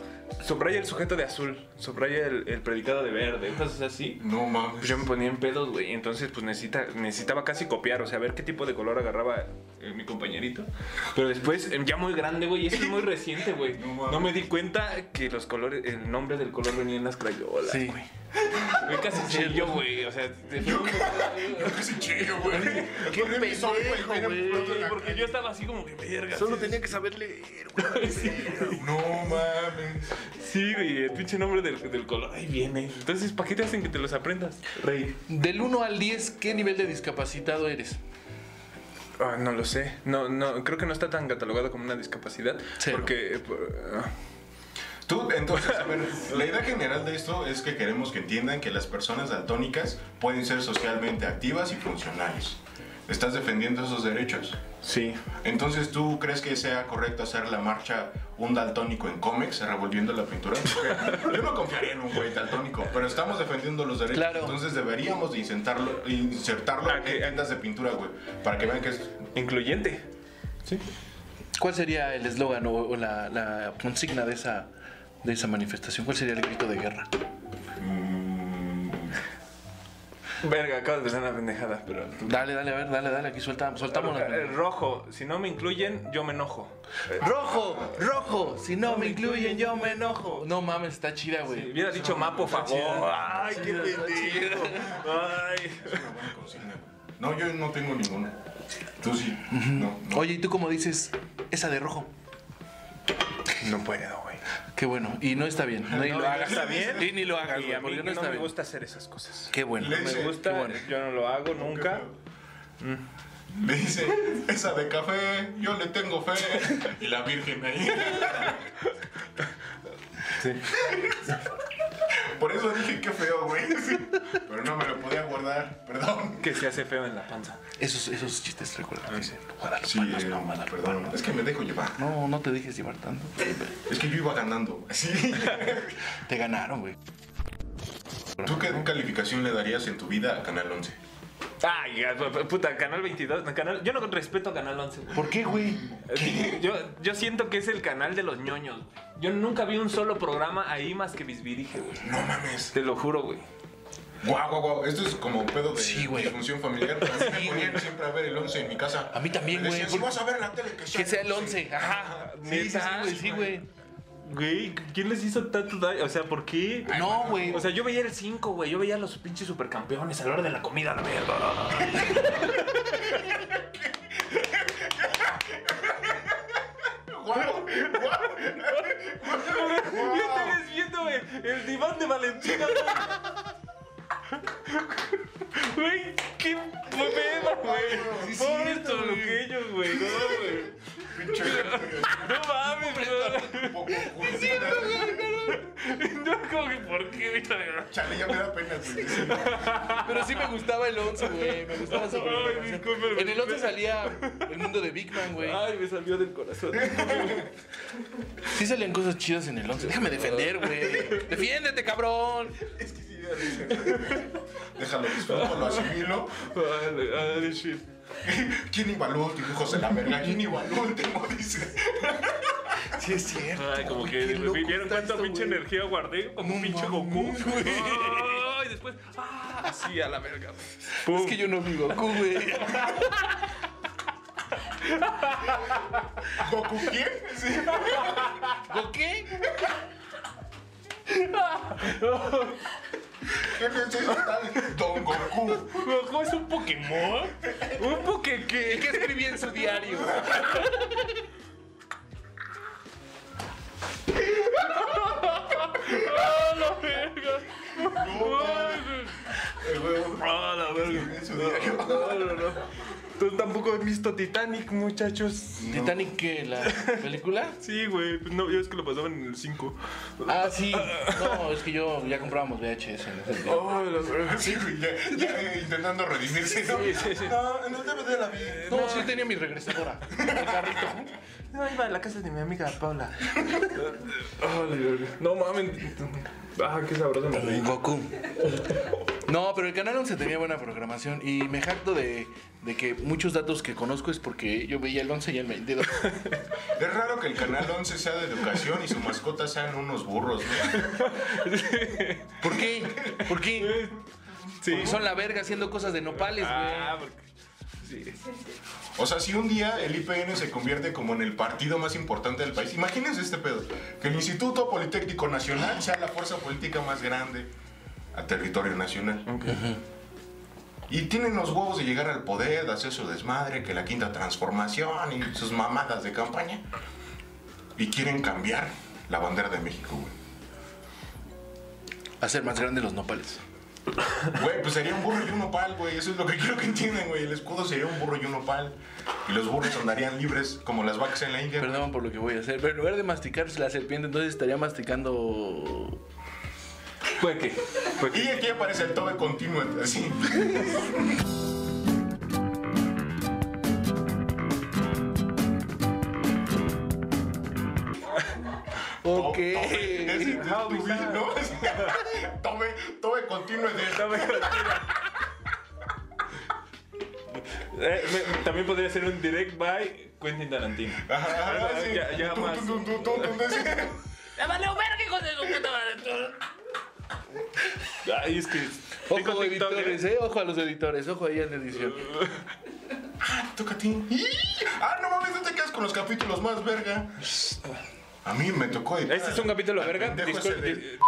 S5: Subraya el sujeto de azul, subraya el, el predicado de verde, cosas así.
S4: No
S5: Pues
S4: mames.
S5: yo me ponía en pedos, güey. Entonces, pues necesita, necesitaba casi copiar, o sea, ver qué tipo de color agarraba eh, mi compañerito. Pero después, eh, ya muy grande, güey, y eso es muy
S3: [laughs]
S5: reciente, güey.
S4: No
S5: No,
S4: mames.
S5: me di cuenta que los colores, el nombre del color venía en las crayolas,
S3: Sí.
S5: güey. Güey, casi se yo, güey. O sea, te- [laughs]
S4: Ese chillo, güey.
S3: Qué
S4: Ponle mi sol,
S3: pendejo,
S4: mira,
S3: güey,
S4: ponlo en la
S5: porque
S4: calle.
S5: yo estaba así como que verga.
S3: Solo tenía que saber
S5: [laughs]
S3: leer, güey.
S4: No mames.
S5: Sí, güey, el pinche nombre del, del color ahí viene. Entonces, ¿para qué te hacen que te los aprendas?
S4: Rey.
S3: Del 1 al 10, ¿qué nivel de discapacitado eres?
S5: Ah, no lo sé. No, no, creo que no está tan catalogado como una discapacidad.
S3: Cero.
S5: Porque. eh, por- ah.
S4: Tú, entonces, a ver, la idea general de esto es que queremos que entiendan que las personas daltónicas pueden ser socialmente activas y funcionales. ¿Estás defendiendo esos derechos?
S5: Sí.
S4: Entonces, ¿tú crees que sea correcto hacer la marcha un daltónico en cómics revolviendo la pintura? Porque Yo no confiaría en un güey daltónico, pero estamos defendiendo los derechos.
S3: Claro.
S4: Entonces, deberíamos de insertarlo, insertarlo
S5: Ah,
S4: en
S5: que-
S4: tiendas de pintura, güey, para que vean que es...
S5: Incluyente. Sí.
S3: ¿Cuál sería el eslogan o, o la, la consigna de esa, de esa manifestación? ¿Cuál sería el grito de guerra?
S5: Verga, acabo de pensar en una pendejada, pero.
S3: Dale, dale, a ver, dale, dale, aquí suelta, soltamos la
S5: Eh, rojo, si no me incluyen, yo me enojo.
S3: Rojo, rojo, si no me incluyen yo me enojo. No mames, está chida, güey.
S5: Hubiera dicho mapo, favor. Ay, qué pendejo. Ay.
S4: una buena consigna, güey. No, yo no tengo ninguno. Tú sí. No, no.
S3: Oye, ¿y tú cómo dices esa de rojo?
S5: No puedo, güey.
S3: Qué bueno, y no está bien. No, y lo hagas.
S5: está bien.
S3: Y ni lo hagas,
S5: Y
S3: güey,
S5: a mí
S3: porque
S5: no,
S3: no está
S5: me
S3: bien.
S5: gusta hacer esas cosas.
S3: Qué bueno.
S4: Le
S5: No me
S4: Ese,
S5: gusta,
S3: qué bueno.
S5: yo no lo hago nunca.
S4: Le dice, esa de café, yo le tengo fe. Y la virgen ahí. Por eso dije que feo, güey. Sí. Pero no me lo podía guardar, perdón.
S5: Que se hace feo en la panza.
S3: Esos, esos chistes recuerda que dicen
S4: Sí,
S3: guadalupanos,
S4: eh,
S3: no guadalupanos.
S4: perdón. Es que me dejo llevar.
S3: No, no te dejes llevar tanto.
S4: Es que yo iba ganando. Sí.
S3: Te ganaron, güey.
S4: ¿Tú qué calificación le darías en tu vida a Canal 11?
S5: Ay, puta, Canal 22. no, Canal, yo no respeto a Canal 11. güey.
S3: ¿Por qué, güey?
S5: [laughs] Yo, yo siento que es el canal de los ñoños, güey. Yo nunca vi un solo programa ahí más que Bisbirige, güey.
S4: No mames.
S5: Te lo juro, güey.
S4: Guau, guau, guau. Esto es como un pedo de
S3: Sí, güey.
S4: disfunción familiar. A mí me ponían siempre a ver el 11 en mi casa.
S3: A mí también,
S4: Me
S3: güey,
S4: decían, si
S3: porque-
S4: vas a ver la tele, que sea,
S3: Que sea el 11. Ajá. Sí, sí, sí,
S5: Neta.
S3: güey, sí, güey.
S5: Güey, ¿quién les hizo tanto daño? O sea, ¿por qué?
S3: No, güey.
S5: O sea, yo veía el 5, güey. Yo veía a los pinches supercampeones a la hora de la comida, la [laughs] mierda.
S4: Guau, guau.
S5: Yo estaba viendo güey, el diván de Valentina, güey. [laughs] Güey, qué pedo, güey. Pobres toluqueños, güey. No, güey.
S4: Pinche gente,
S5: No mames, güey.
S4: un poco juzgada.
S5: [laughs] No, como que por qué, güey. Ay,
S4: Chale, ya me da pena, güey.
S3: Pero sí me gustaba el 11, güey. Me gustaba ese programa.
S5: discúlpame.
S3: En el 11 salía el mundo de Big Man, güey.
S5: Ay, me salió del corazón.
S3: Sí salían cosas chidas en el 11. Déjame defender, güey. [laughs] Defiéndete, cabrón.
S4: Es que sí, ya dicen. Déjalo, disfruto, lo asimilo.
S5: Ay, ay, shit.
S4: ¿Quién igualó los dibujos de la verga? ¿Quién igualó el tema? Dice.
S3: Sí, es cierto.
S5: Ay, como que
S3: Qué loco
S5: vieron
S3: está
S5: cuánta
S3: esto,
S5: pinche
S3: güey.
S5: energía guardé, como
S3: No
S5: pinche Goku.
S3: mames, güey.
S5: Ay, después, ah, así a la verga. güey.
S3: Es que yo no vi Goku, güey.
S4: ¿Goku quién? Sí.
S3: ¿Goku qué?
S4: ¿Qué es eso tal? Don Goku.
S5: Goku es un Pokémon. Un Poké
S3: ¿Y qué escribí en su diario?
S5: ¡Ah, la verga!
S4: El huevo.
S5: ¡Ah, la verga!
S4: En su diario.
S5: No, no, no. Tú tampoco has visto Titanic, muchachos.
S3: ¿Titanic qué? ¿La película?
S5: Sí, güey. pues No, yo es que lo pasaban en el 5.
S3: Ah, sí. No, es que yo ya comprábamos VHS en ese tiempo.
S4: Sí, güey, ya, ya eh, intentando redimirse. ¿no?
S5: Sí, sí, sí.
S4: No, Eh, no te de la vida.
S3: No, sí tenía mi regresadora. El carrito.
S5: No, iba a la casa de mi amiga Paula. no mames. Ah, qué sabroso me reí.
S3: Goku. No, pero el canal 11 tenía buena programación y me jacto de, de que muchos datos que conozco es porque yo veía el 11 y el 22.
S4: Es raro que el canal 11 sea de educación y su mascota sean unos burros, güey.
S3: ¿Por qué? ¿Por qué? Porque son la verga haciendo cosas de nopales,
S5: Ah,
S3: güey.
S5: porque- sí.
S4: O sea, si un día el IPN se convierte como en el partido más importante del país, imagínense este pedo, que el Instituto Politécnico Nacional sea la fuerza política más grande a territorio nacional. Y tienen los huevos de llegar al poder, de hacer su desmadre, que la quinta transformación y sus mamadas de campaña. Y quieren cambiar la bandera de México, güey.
S3: Hacer más grandes los nopales.
S4: Güey, pues sería un burro y un nopal, güey. Eso es lo que quiero que entiendan, güey. El escudo sería un burro y un nopal. Y los burros andarían libres como las vacas en la India.
S3: Perdón por lo que voy a hacer, pero en lugar de masticar la serpiente, entonces estaría masticando.
S5: Puede que. puede que.
S4: Y aquí aparece el Tobe Continuo, así.
S3: [laughs] Ok.
S4: Tobe, ese es
S5: How
S4: tu
S5: bizarre.
S4: vida, ¿no? Así, [laughs] Tobe, Tobe Continuo de
S5: No, me- Eh, me- también podría ser un direct by Quentin Tarantino.
S4: Ajá,
S5: O sea,
S4: así.
S5: Ah, ya, ya
S4: Tum,
S5: más.
S4: tum, tum, tum, tum, así.
S5: Ay, es que.
S3: Ojo,
S5: TikTok,
S3: editores,
S5: ¿eh?
S3: eh. Ojo a los editores, ojo ahí en la edición.
S4: Toca a ti. ¡Ih! Ah, no mames, no te quedas con los capítulos más verga. A mí me tocó editar.
S5: Este es un capítulo verga.
S4: Pendejo ese
S5: Discul-
S4: Ah, de-
S5: di-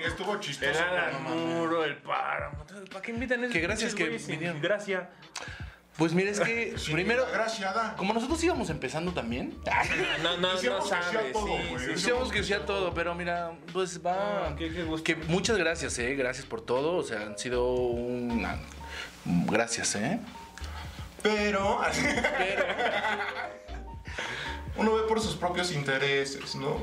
S4: [laughs] Y estuvo chistoso.
S5: Era
S4: no
S5: el
S4: mames.
S5: muro, el páramo. ¿Para qué invitan esos
S3: Que gracias
S5: pinches
S3: que
S5: güeyes sin
S3: vinieron.
S4: [laughs]
S5: Gracia.
S3: Pues mira, es que
S4: Sí,
S3: primero,
S4: Gracias, da.
S3: como nosotros íbamos empezando también,
S5: Ah,
S3: [laughs]
S5: No, no,
S4: Decíamos
S5: no
S4: que sí a
S5: sabes.
S4: todo,
S5: sí,
S4: güey.
S5: sí, sí.
S3: Decíamos que sea todo, pero mira, pues va.
S5: Ah, qué- qué gusto.
S3: Que muchas gracias, eh. Gracias por todo. O sea, han sido una. Gracias, eh.
S4: Pero. Uno ve por sus propios intereses, ¿no?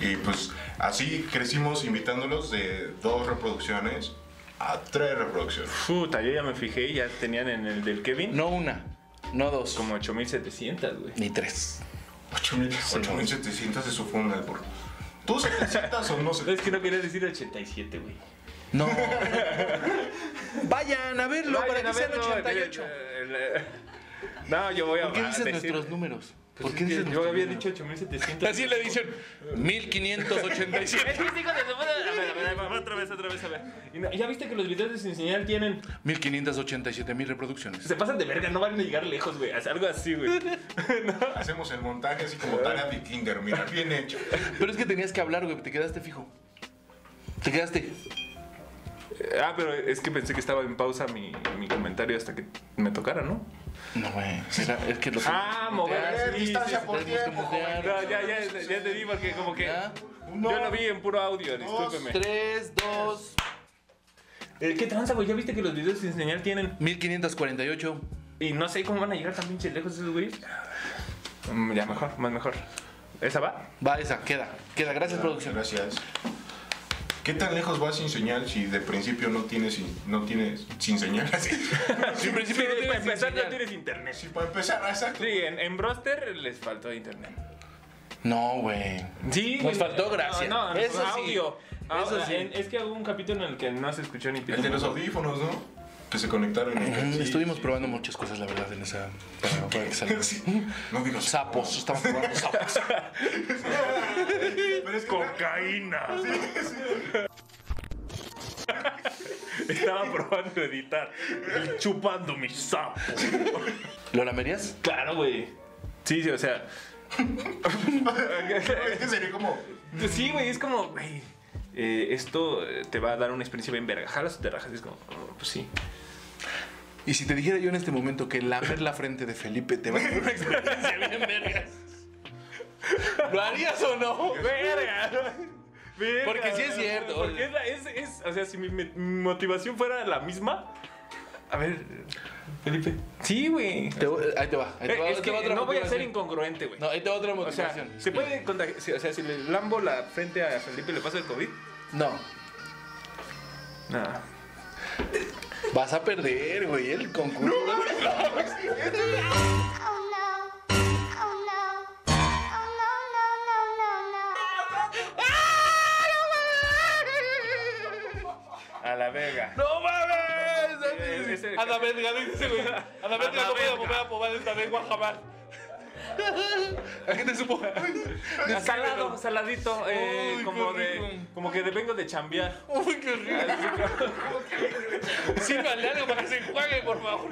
S4: Y pues así crecimos invitándolos de dos reproducciones a tres reproducciones.
S5: Puta, yo ya me fijé, ya tenían en el del Kevin
S3: No una, no dos,
S5: como 8700, güey.
S3: ni tres.
S4: 8700 de su funeral, por. ¿Tú 700 o no
S5: Es
S4: 700?
S5: que no quería decir 87, güey. [laughs]
S3: No. Vayan a verlo
S5: Vayan
S3: para
S5: a
S3: que sean
S5: verlo,
S3: 88.
S5: el- el- el- No, yo voy a
S3: ¿Por qué dices
S5: decir-
S3: nuestros números?
S5: Pues
S3: ¿Por qué
S5: es que
S3: dices
S5: Yo
S3: nuestros
S5: había
S3: números?
S5: dicho 8700.
S3: Así en la edición: [laughs] 1587.
S5: A ver, a ver, a ver, otra vez, otra vez, a ver. Y no- ya viste que los videos de Sin Señal tienen. pues,
S3: 1587 mil reproducciones.
S5: Se pasan de verga, no van a llegar lejos, güey. Haz Algo así, güey.
S4: Hacemos el montaje así como tarea de Kinder, mira, bien hecho.
S3: Pero es que tenías que hablar, güey. Te quedaste fijo. Te quedaste.
S5: Ah, pero es que pensé que estaba en pausa mi, mi comentario hasta que me tocara, ¿no?
S3: No, güey. era- Es que lo que.
S5: Ah, mover.
S4: Eh,
S5: sí, sí,
S4: distancia
S5: sí.
S4: por
S3: tenemos que
S4: tiempo,
S3: mutear.
S4: joven.
S5: No, ya, ya, ya te di porque como que.
S3: Ya.
S5: Yo lo vi en puro audio, discúlpeme.
S3: 3, 2,
S5: Eh, ¿Qué tranza, güey? ¿Ya viste que los videos sin señal tienen?
S3: 1548.
S5: Y no sé cómo van a llegar tan pinche lejos esos güeyes. Mm, ya, mejor, más mejor. ¿Esa va?
S3: Va esa, queda. Queda,
S5: Ah,
S3: gracias producción.
S4: Gracias. ¿Qué tan lejos vas sin señal si de principio no tienes sin, no tienes sin señal? [laughs] Así.
S5: [laughs] Sí, principio
S3: no tienes
S5: empezar, no
S3: señal.
S5: tienes internet.
S4: Sí, para empezar, exacto.
S5: Sí, en, en Broster les faltó internet.
S3: No, güey.
S5: Sí,
S3: Nos
S5: güey,
S3: faltó
S5: no,
S3: gracia.
S5: No, no,
S3: Eso sí.
S5: audio. Ah,
S3: Eso sí.
S5: en- es que hubo un capítulo en el que no se escuchó ni pito.
S4: El de los audífonos, ¿no? Que se conectaron. y que-
S3: Mm,
S4: sí,
S3: Estuvimos
S4: sí.
S3: probando muchas cosas, la verdad, en esa. Para, para
S5: [laughs]
S3: que salga.
S4: Sí. No digo
S3: Sapos, estamos probando sapos.
S4: Pero es que-
S5: [laughs] Cocaína. Estaba probando editar. Chupando mi sapo.
S3: ¿Lo lamerías?
S5: Claro, güey. Sí, sí, o [laughs] sea.
S4: Es que este sería como.
S5: Pues Sí, güey, es como, güey. eh, esto eh, te va a dar una experiencia bien verga. ¿Jalas o te rajas? Y Es como, oh, pues sí.
S3: Y si te dijera yo en este momento que lamer la frente de Felipe te va a dar una experiencia bien vergas. ¿Lo harías o no?
S5: ¡Verga! Verga,
S3: Porque sí es
S5: güey,
S3: cierto.
S5: Porque es, la- es, es- o sea, si mi, mi motivación fuera la misma. A ver, Felipe. Sí, güey.
S3: Te voy- ahí te va. Ahí te
S5: Eh,
S3: va,
S5: es
S3: ahí te
S5: que
S3: va otra
S5: no voy a ser
S3: motivación.
S5: incongruente, güey.
S3: No, ahí te va otra
S5: o sea,
S3: motivación.
S5: se puede contagi- si- O sea, si le lambo la frente a Felipe y le pasa el COVID.
S3: No.
S5: No.
S3: Vas a perder, güey, el concurso.
S6: Oh no. Oh no. Oh no, no, no, no, no. Ah, no.
S4: A la verga.
S7: ¡No mames!
S5: Eh, ese-
S7: Ana Verga, dice, güey. Ana Verga no puede mover a pomar esta lengua jamás. ¿A qué te supo?
S5: pues, Salado, saladito, eh,
S7: Uy,
S5: como
S7: qué
S5: de,
S7: rico.
S5: como que de- vengo de chambear.
S7: Uy, qué rico. Sírvale algo para que se enjuague, por favor.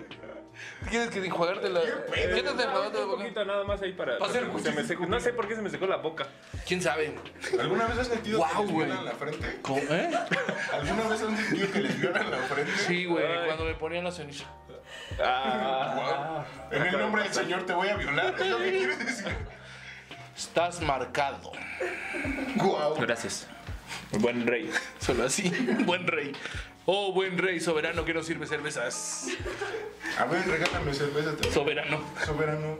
S7: ¿Tienes que enjuagártela? ¿Qué te enjuagaste la
S5: Un
S7: boca?
S5: poquito nada más ahí para.
S7: Va a ser
S5: para que se me seque- no sé por qué se me secó la boca.
S3: ¿Quién sabe?
S4: ¿Alguna vez has sentido
S3: Guau,
S4: que les
S3: güey.
S4: violan la frente?
S3: ¿Cómo? ¿Eh?
S4: ¿Alguna vez has sentido que les violan la frente?
S3: Sí, güey,
S5: Ay.
S3: cuando me ponían la ceniza. Ah,
S4: Guau. En el nombre del Señor te voy a violar. ¿Es lo que quieres decir?
S3: Estás marcado.
S4: Guau.
S5: Gracias. Buen rey.
S3: Solo así. [laughs] Buen rey. Oh, buen rey soberano que no sirve cervezas.
S4: A ver, regálame cerveza. te-
S3: Soberano.
S4: Soberano.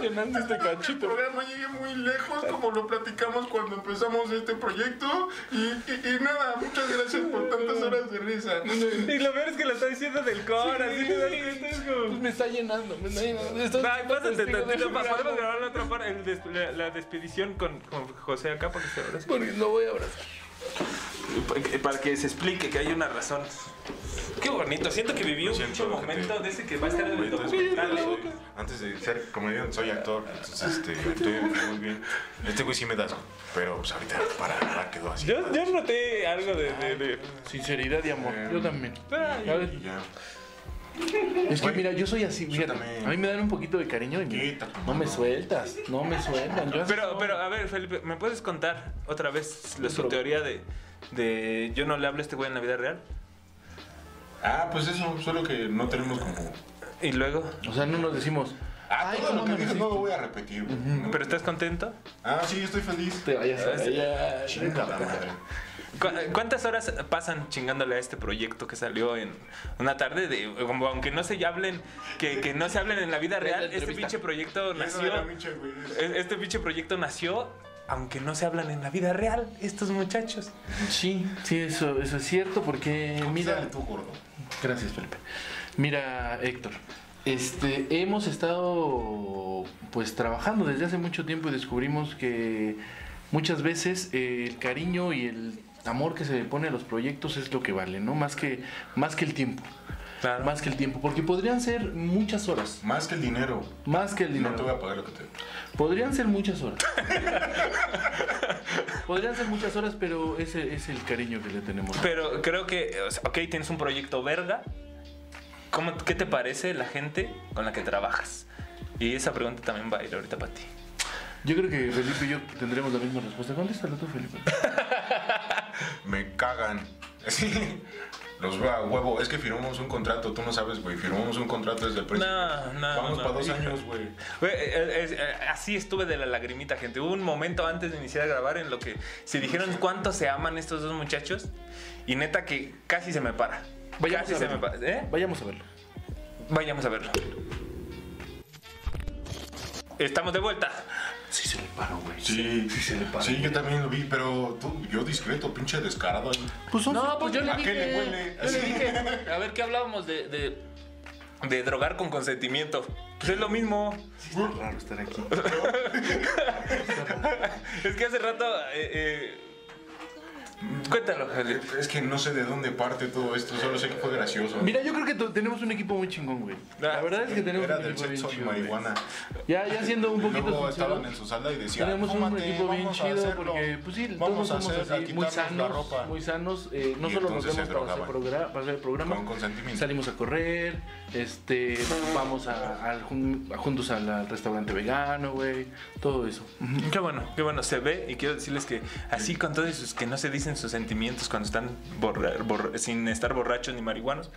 S3: Llenando este
S4: El programa llegué muy lejos, como lo platicamos cuando empezamos este proyecto. Y, y- y nada, muchas gracias por tantas horas de risa.
S5: Y lo peor es que lo está diciendo del cor, así te das cuenta, es
S7: Pues
S5: como-
S3: Me está llenando, me está llenando. Estoy
S5: Ay, pásate
S3: testigo de
S5: tantito,
S3: un
S5: pa- podemos
S3: milagro.
S5: grabar la otra parte, el des- la, la despedición con, con José acá para que se abrace.
S3: Porque no voy a abrazar.
S5: Para que- Para que se explique que hay una razón. Qué bonito, siento que viví un
S4: siento,
S5: pinche momento
S4: gente.
S5: de ese que va a estar en el
S4: Entonces,
S5: documental.
S4: antes
S5: eh.
S4: de- Antes de ser comediante, soy actor. Entonces, este, estoy
S3: [laughs]
S4: muy bien. Este güey sí me da asco, pero pues ahorita para grabar quedó así.
S5: Yo, yo noté algo de. de- de-
S3: Sinceridad y amor.
S5: Eh,
S3: Yo también.
S5: Ah,
S3: A ver,
S4: Y ya.
S3: Es que mira, yo soy así, fíjate.
S4: también.
S3: A mí me dan un poquito de cariño y me-
S4: Quita tu
S3: no me
S4: mano.
S3: sueltas, no me sueltan. Yo así
S5: Pero,
S3: soy.
S5: pero, a ver, Felipe, ¿me puedes contar otra vez la, su teoría de, de yo no le hablo a este güey en la vida real?
S4: Ah, pues eso, solo que no tenemos como.
S5: Y luego,
S3: O sea, no nos decimos.
S4: Ah,
S3: Ay,
S4: todo lo
S3: cómo
S4: que
S3: me
S4: dices
S3: hiciste.
S4: no lo voy a repetir. güey.
S5: ¿pero estás contento?
S4: Ah, sí, estoy feliz.
S3: Te vayas a allá.
S4: Chinga la madre.
S5: ¿Cu- ¿Cuántas horas pasan chingándole a este proyecto que salió en una tarde de como aunque no se hablen que, que no se hablen en la vida real este
S3: entrevista.
S5: pinche proyecto
S4: Eso era
S5: nació
S4: mi che, güey.
S5: e- este pinche proyecto nació aunque no se hablan en la vida real estos muchachos
S3: Sí, sí, eso, eso es cierto porque
S4: Mira,
S3: mira,
S4: tú gordo.
S3: gracias Felipe. Mira, Héctor, este, hemos estado pues trabajando desde hace mucho tiempo y descubrimos que muchas veces eh, el cariño y el amor que se le pone a los proyectos es lo que vale, ¿no? Más que más que el tiempo,
S5: claro
S3: más que el tiempo, porque podrían ser muchas horas,
S4: Más que el dinero.
S3: más que el dinero.
S4: No te voy a pagar lo que te.
S3: Podrían ser muchas horas. [laughs] Podrían ser muchas horas, pero ese es el cariño que le tenemos.
S5: pero creo que o sea, ok tienes un proyecto verga ¿Cómo, ¿qué te parece la gente con la que trabajas? y esa pregunta también va a ir ahorita para ti
S3: Yo creo que Felipe y yo tendremos la misma respuesta. Contéstalo tú,
S4: [laughs]
S3: Felipe.
S4: Me cagan. [laughs] Sí. Los veo a huevo. Es que firmamos un contrato. Tú no sabes, güey. Firmamos un contrato desde el principio.
S5: no no
S3: Ah,
S4: Vamos
S5: no,
S4: para dos
S5: hija.
S4: años, güey.
S5: Güey, eh, eh, eh, Así estuve de la lagrimita, gente. Hubo un momento antes de iniciar a grabar en lo que se dijeron cuánto se aman estos dos muchachos. Y neta que casi se me para.
S3: Vayamos
S5: casi
S3: a
S5: se me
S3: verlo.
S5: para. ¿eh?
S3: Vayamos a verlo.
S5: Vayamos a verlo. Estamos de vuelta.
S3: Sí se le paró, güey.
S4: Sí,
S3: sí se le paró.
S4: Sí, yo también lo vi, pero tú, yo discreto, pinche descarado. ahí.
S3: Pues son-
S7: No, pues yo le
S4: ¿A qué le
S7: dije.
S4: huele?
S7: Yo le
S4: Así.
S7: dije. A ver, ¿qué hablábamos de.? de-
S5: De drogar con consentimiento. Pues es lo mismo.
S3: Qué raro estar aquí.
S5: Es que hace rato. eh, eh, Cuéntalo, Felipe.
S4: Es que no sé de dónde parte todo esto, solo sé que fue gracioso.
S3: Mira, yo creo que to- tenemos un equipo muy chingón, güey. La verdad es que tenemos
S4: Ah, Era
S3: un
S4: del
S3: equipo bien
S4: sexo y
S3: chido. güey.
S4: marihuana.
S3: Ya, ya siendo un poquito
S4: Luego
S3: sincero,
S4: estaban en su sala y decían,
S3: Tenemos un
S4: "Fúmate,
S3: equipo bien
S4: vamos a
S3: chido
S4: hacerlo.
S3: porque, pues sí,
S4: vamos
S3: todos
S4: a
S3: somos
S4: hacer, a
S3: así, muy
S4: quitarnos la
S3: sanos,
S4: ropa.
S3: muy sanos. eh, no solo
S4: Y
S3: nos
S4: entonces
S3: vemos
S4: se
S3: para hacer,
S4: drogaban.
S3: progra- para hacer el programa,
S4: Con consentimiento.
S3: salimos a correr, este, vamos a, al jun- a juntos al, al restaurante vegano, güey, todo eso.
S5: Qué bueno, qué bueno, se ve y quiero decirles que así con todos sus que no se dicen sus sentimientos cuando están borra- borra- sin estar borrachos ni marihuanos,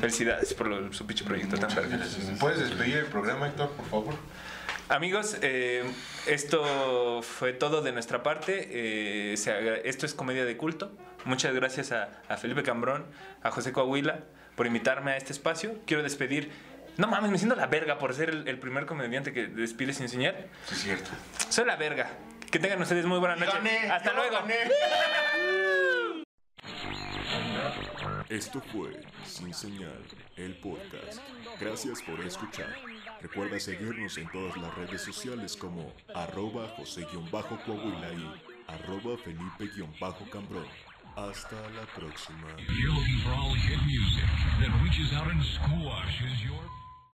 S5: felicidades por lo- su pinche proyecto tan verga.
S4: ¿Puedes despedir el programa, Héctor, por favor?
S5: Amigos, eh, esto fue todo de nuestra parte. eh, se agra- esto es Comedia de Culto. Muchas gracias a, a Felipe Cambrón, a José Coahuila por invitarme a este espacio. Quiero despedir. No mames, me siento la verga por ser el, el primer comediante que despide sin enseñar.
S4: Sí, es cierto.
S5: Soy la verga. Que tengan ustedes muy buena noche.
S4: Gané,
S5: Hasta
S4: yo
S5: luego.
S4: gané.
S2: Esto fue Sin Señal, el podcast. Gracias por escuchar. Recuerda seguirnos en todas las redes sociales como arroba José-Coahuila y arroba Felipe-Cambrón. Hasta la próxima.
S1: If you're looking for all hit music that reaches out and squashes your...